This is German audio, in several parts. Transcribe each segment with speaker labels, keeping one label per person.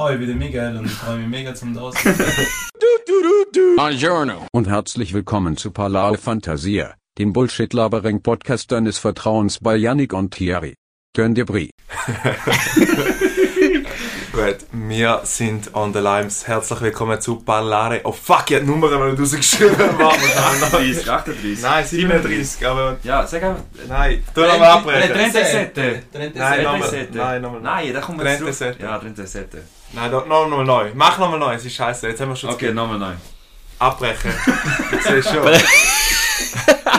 Speaker 1: Hi, Oh, ich bin der Michael und ich freue mich mega zum Draußen.
Speaker 2: Buongiorno.
Speaker 3: und herzlich willkommen zu Palau Fantasia, dem Bullshit-Labering-Podcast deines Vertrauens bei Yannick und Thierry. Gönn dir Brie.
Speaker 4: Gut, wir sind on the limes. Herzlich willkommen zu Ballare. Oh fuck, ich hab die Nummer noch nicht rausgeschrieben. Mann.
Speaker 5: 38, 38.
Speaker 4: Nein, 37, aber...
Speaker 5: Ja, sag einfach.
Speaker 4: Nein, tu noch mal abbrechen.
Speaker 5: 37.
Speaker 4: Nein, nochmal.
Speaker 5: 37.
Speaker 4: Nein, nochmal.
Speaker 5: Nein, da kommen wir jetzt
Speaker 4: 37.
Speaker 5: zurück. Ja, 37.
Speaker 4: Nein, doch, noch nochmal neu. Mach nochmal neu, es ist scheiße. Jetzt haben wir schon...
Speaker 5: Okay, nochmal neu.
Speaker 4: Abbrechen. Jetzt siehst du schon.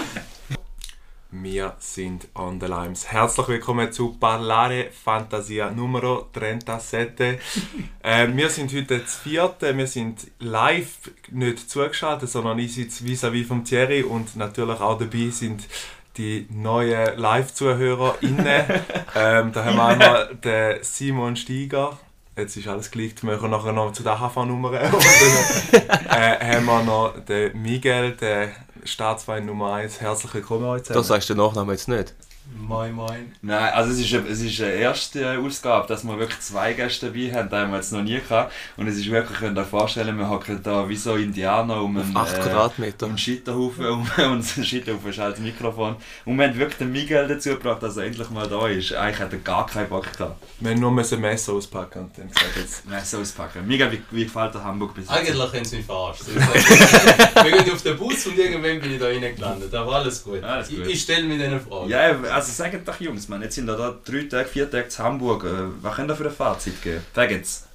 Speaker 4: Wir sind on the limes. Herzlich willkommen zu Parlare Fantasia Numero 37. äh, wir sind heute das vierte. Wir sind live nicht zugeschaltet, sondern ich sitze vis-à-vis vom Thierry und natürlich auch dabei sind die neuen Live-ZuhörerInnen. ähm, da haben wir einmal den Simon Steiger. Jetzt ist alles gleich, wir machen nachher noch zu den HV-Nummern. äh, haben wir noch den Miguel, der Staatswein Nummer 1. Herzlich willkommen euch
Speaker 6: Das sagst du den Nachnamen jetzt nicht.
Speaker 1: Moin, moin.
Speaker 5: Nein, also es ist, eine, es ist eine erste äh, Ausgabe, dass wir wirklich zwei Gäste dabei haben, das haben wir jetzt noch nie gehabt. Und es ist wirklich, ihr könnt euch vorstellen, wir hocken da wie so Indianer um einen,
Speaker 6: 8 Quadratmeter.
Speaker 5: um einen Scheiterhaufen, um, und so ein Scheiterhaufen ist halt das Mikrofon. Und wir haben wirklich den Miguel dazu gebracht, dass er endlich mal da ist. Eigentlich hat er gar keinen Bock gehabt.
Speaker 4: Wir haben nur ein Messer auspacken und dann gesagt, jetzt.
Speaker 5: Nein, so auspacken. Miguel, wie, wie gefällt dir Hamburg bis jetzt?
Speaker 1: Eigentlich können sie mich verarschen. Sie sagen, Wir gehen auf den Bus und irgendwann bin ich da reingelandet. Aber alles gut.
Speaker 5: Alles gut.
Speaker 1: Ich, ich stelle mir diesen Fragen.
Speaker 5: Ja, also sagt doch Jungs, man, jetzt sind da, da drei Tage, vier Tage zu Hamburg. Äh, Was könnt ihr für ein Fazit geben? Faggots.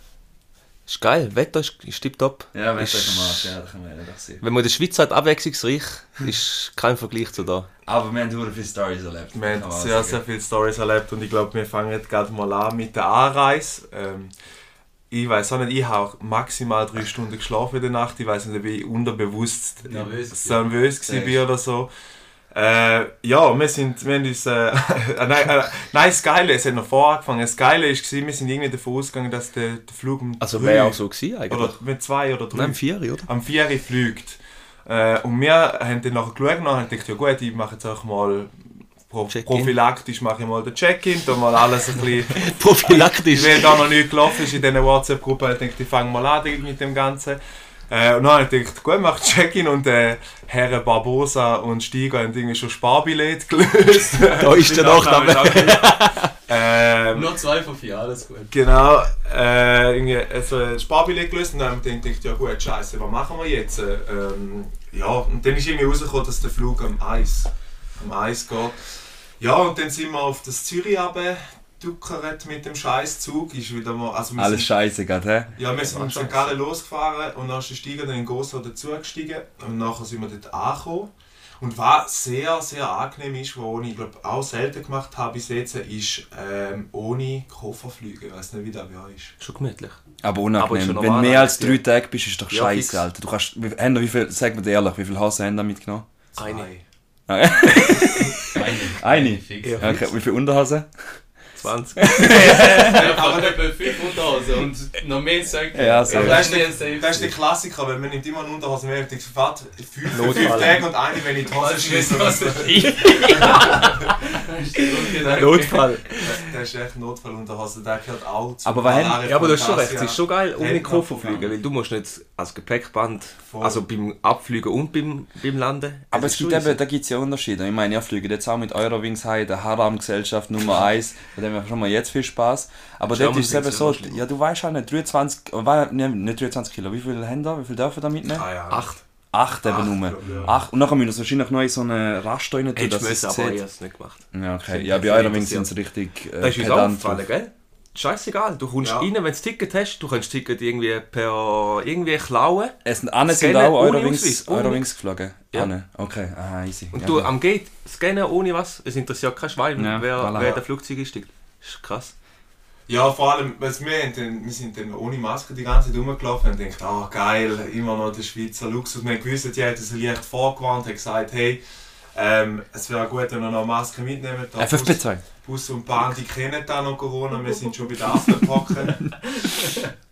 Speaker 6: Ist geil, Wetter ist ist tipptopp.
Speaker 5: Ja, wenn
Speaker 6: Ist-
Speaker 5: ich euch mal ja, da können wir ja doch sehen.
Speaker 6: Wenn man in der Schweiz hat, abwechslungsreich, ist kein Vergleich zu da.
Speaker 5: Aber wir haben sehr viele Stories erlebt.
Speaker 4: Wir
Speaker 5: kann
Speaker 4: haben
Speaker 5: man
Speaker 4: sehr,
Speaker 5: sagen.
Speaker 6: also-
Speaker 4: sehr viele Stories erlebt und ich glaube, wir fangen jetzt gerade mal an mit der Anreise. Ähm, ich weiß auch nicht, ich habe maximal drei Stunden geschlafen in der Nacht. Ich weiß nicht, ob ich unterbewusst
Speaker 1: Nervös
Speaker 4: so nervös
Speaker 1: Ja,
Speaker 4: war bin oder so. Äh, ja, wir, sind, wir haben uns. Äh, nein, äh, nein, das Geile, es hat noch vorher angefangen. Das Geile war, wir sind irgendwie davon ausgegangen, dass der, der Flug um
Speaker 6: Also
Speaker 4: drei
Speaker 6: wäre auch so gewesen eigentlich.
Speaker 4: Oder mit zwei oder drei.
Speaker 6: Nein, im Vieri, oder?
Speaker 4: am 4 Uhr fliegt. Äh, und wir haben dann nachher geschaut und haben gedacht, ja gut, ich mache jetzt auch mal pro
Speaker 6: Check-in.
Speaker 4: prophylaktisch mache ich mal den Check-in, da mal alles ein bisschen,
Speaker 6: Prophylaktisch.
Speaker 4: wenn da noch nicht gelaufen ist in diesen WhatsApp-Gruppen, ich denke, ich fange mal an mit dem Ganzen. Äh, und dann habe ich gedacht, gut, mach Check-in und äh, Herren Barbosa und Steiger haben irgendwie schon Sparbillett gelöst.
Speaker 6: Da ist der Nachname.
Speaker 4: ähm,
Speaker 1: Nur zwei von vier, alles gut.
Speaker 4: Genau, äh, irgendwie also ein Sparbillett gelöst und dann haben wir gedacht, ja gut, scheiße, was machen wir jetzt? Ähm, ja, und dann ist irgendwie rausgekommen, dass der Flug am Eis, am Eis geht. Ja, und dann sind wir auf das Zürich runtergeduckert mit dem Scheißzug. Ist wieder mal, also wir
Speaker 5: Alles
Speaker 4: sind,
Speaker 5: scheiße gerade, hä?
Speaker 4: ja, wir sind in St. Gallen losgefahren und dann ist der Steiger dann in Gossau dazugestiegen und nachher sind wir dort angekommen. Und was sehr, sehr angenehm ist, was ich glaube auch selten gemacht habe bis jetzt, ist ähm, ohne Koffer fliegen. Ich weiß nicht, wie das bei euch ist.
Speaker 6: Schon gemütlich.
Speaker 5: Aber
Speaker 6: Aber ist
Speaker 5: unangenehm.
Speaker 6: schon
Speaker 5: Wenn du
Speaker 6: normal,
Speaker 5: mehr als drei
Speaker 6: eigentlich,
Speaker 5: Tage bist, ist doch
Speaker 6: Ja, fix.
Speaker 5: scheiße, Alter. Du kannst, wie, haben da wie viel, sag mir dir ehrlich, wie viel Hase haben da mitgenommen?
Speaker 6: Eine,
Speaker 5: Eine.
Speaker 1: Fix.
Speaker 6: Ja.
Speaker 5: Okay, wie viel Unterhose?
Speaker 6: 20.
Speaker 1: Ja, aber ich habe fünf Unterhosen und noch mehr sagen.
Speaker 5: Ja, so.
Speaker 1: Aber
Speaker 4: Das
Speaker 1: das
Speaker 4: ist
Speaker 1: ist
Speaker 4: der-
Speaker 1: ein safe.
Speaker 4: Das ist der Klassiker, weil man nimmt immer eine Unterhose mehr und denkt, fahrt fünf,
Speaker 6: Notfall.
Speaker 4: fünf Tage und eine, wenn ich die Hose
Speaker 1: Weiß
Speaker 4: schieße.
Speaker 1: nicht, was
Speaker 4: Das
Speaker 1: das ist. Das ist der Grundgedanke.
Speaker 6: Notfall.
Speaker 4: ist echt Notfallunterhose, der gehört auch zu.
Speaker 5: Aber wir haben-
Speaker 6: Ja, aber du hast schon recht, es ist schon geil, ohne
Speaker 4: Hätte
Speaker 6: Koffer
Speaker 4: man-
Speaker 6: fliegen, weil du musst nicht als Gepäckband,
Speaker 4: Voll.
Speaker 6: also beim Abfliegen und beim, beim Landen.
Speaker 5: Aber es
Speaker 6: Es ist
Speaker 5: gibt
Speaker 6: schon
Speaker 5: eben, da gibt es ja Unterschiede. Ich meine, ihr fliegt jetzt auch mit Eurowings heim, der Haram-Gesellschaft Nummer 1, da haben wir schon mal jetzt viel Spaß. Aber dort ist es eben
Speaker 6: Wings,
Speaker 5: so,
Speaker 6: ja, wahrscheinlich.
Speaker 5: ja, du weißt auch nicht, 23, äh, wei- ne, nicht 23 Kilo, wie viele haben da, wie viel dürfen da mitnehmen?
Speaker 4: Ah, ja.
Speaker 6: Acht.
Speaker 4: Acht,
Speaker 5: Acht eben nur.
Speaker 4: glaub ich, ja.
Speaker 5: Acht. Und nachher müssen wir wahrscheinlich noch in so eine Raster rein tun, dass
Speaker 6: Hättest du
Speaker 5: es
Speaker 6: müssen, aber ich
Speaker 5: sieht.
Speaker 6: hab's nicht gemacht.
Speaker 5: Ja, okay.
Speaker 6: Sind
Speaker 5: Ja, bei
Speaker 6: sehr
Speaker 5: Eurowings sind
Speaker 6: interessiert.
Speaker 5: es richtig äh,
Speaker 6: Das ist uns auch
Speaker 5: pedant
Speaker 6: aufgefallen, gell? Scheißegal, du kommst
Speaker 4: Ja.
Speaker 6: rein, wenn du das Ticket hast, du kannst das Ticket irgendwie per irgendwie klauen.
Speaker 5: Es sind Anne sind
Speaker 6: Scannen
Speaker 5: auch
Speaker 6: ohne
Speaker 5: Eurowings,
Speaker 6: Ausweis, ohne-
Speaker 5: Eurowings geflogen.
Speaker 6: Ja.
Speaker 5: Anne, okay. Ah, easy.
Speaker 6: Und
Speaker 5: Ja,
Speaker 6: du
Speaker 5: gut.
Speaker 6: am Gate scannen ohne was, es interessiert kein Schwein,
Speaker 5: Ja,
Speaker 6: wer,
Speaker 5: voilà.
Speaker 6: wer in der Flugzeug einsteigt. Ist krass.
Speaker 4: Ja, vor allem, weil wir, haben dann, wir sind dann ohne Maske die ganze Zeit rumgelaufen und denkt, ah geil, immer noch der Schweizer Luxus. Wir haben gewusst, die hat uns leicht vorgewarnt, hat gesagt, hey, ähm, es wäre gut, wenn ihr noch eine Maske mitnehmt. Da Bus-
Speaker 5: FFP2.
Speaker 4: Bus und Bahn, die kennen da noch Corona, wir sind schon bei der Afterpocken.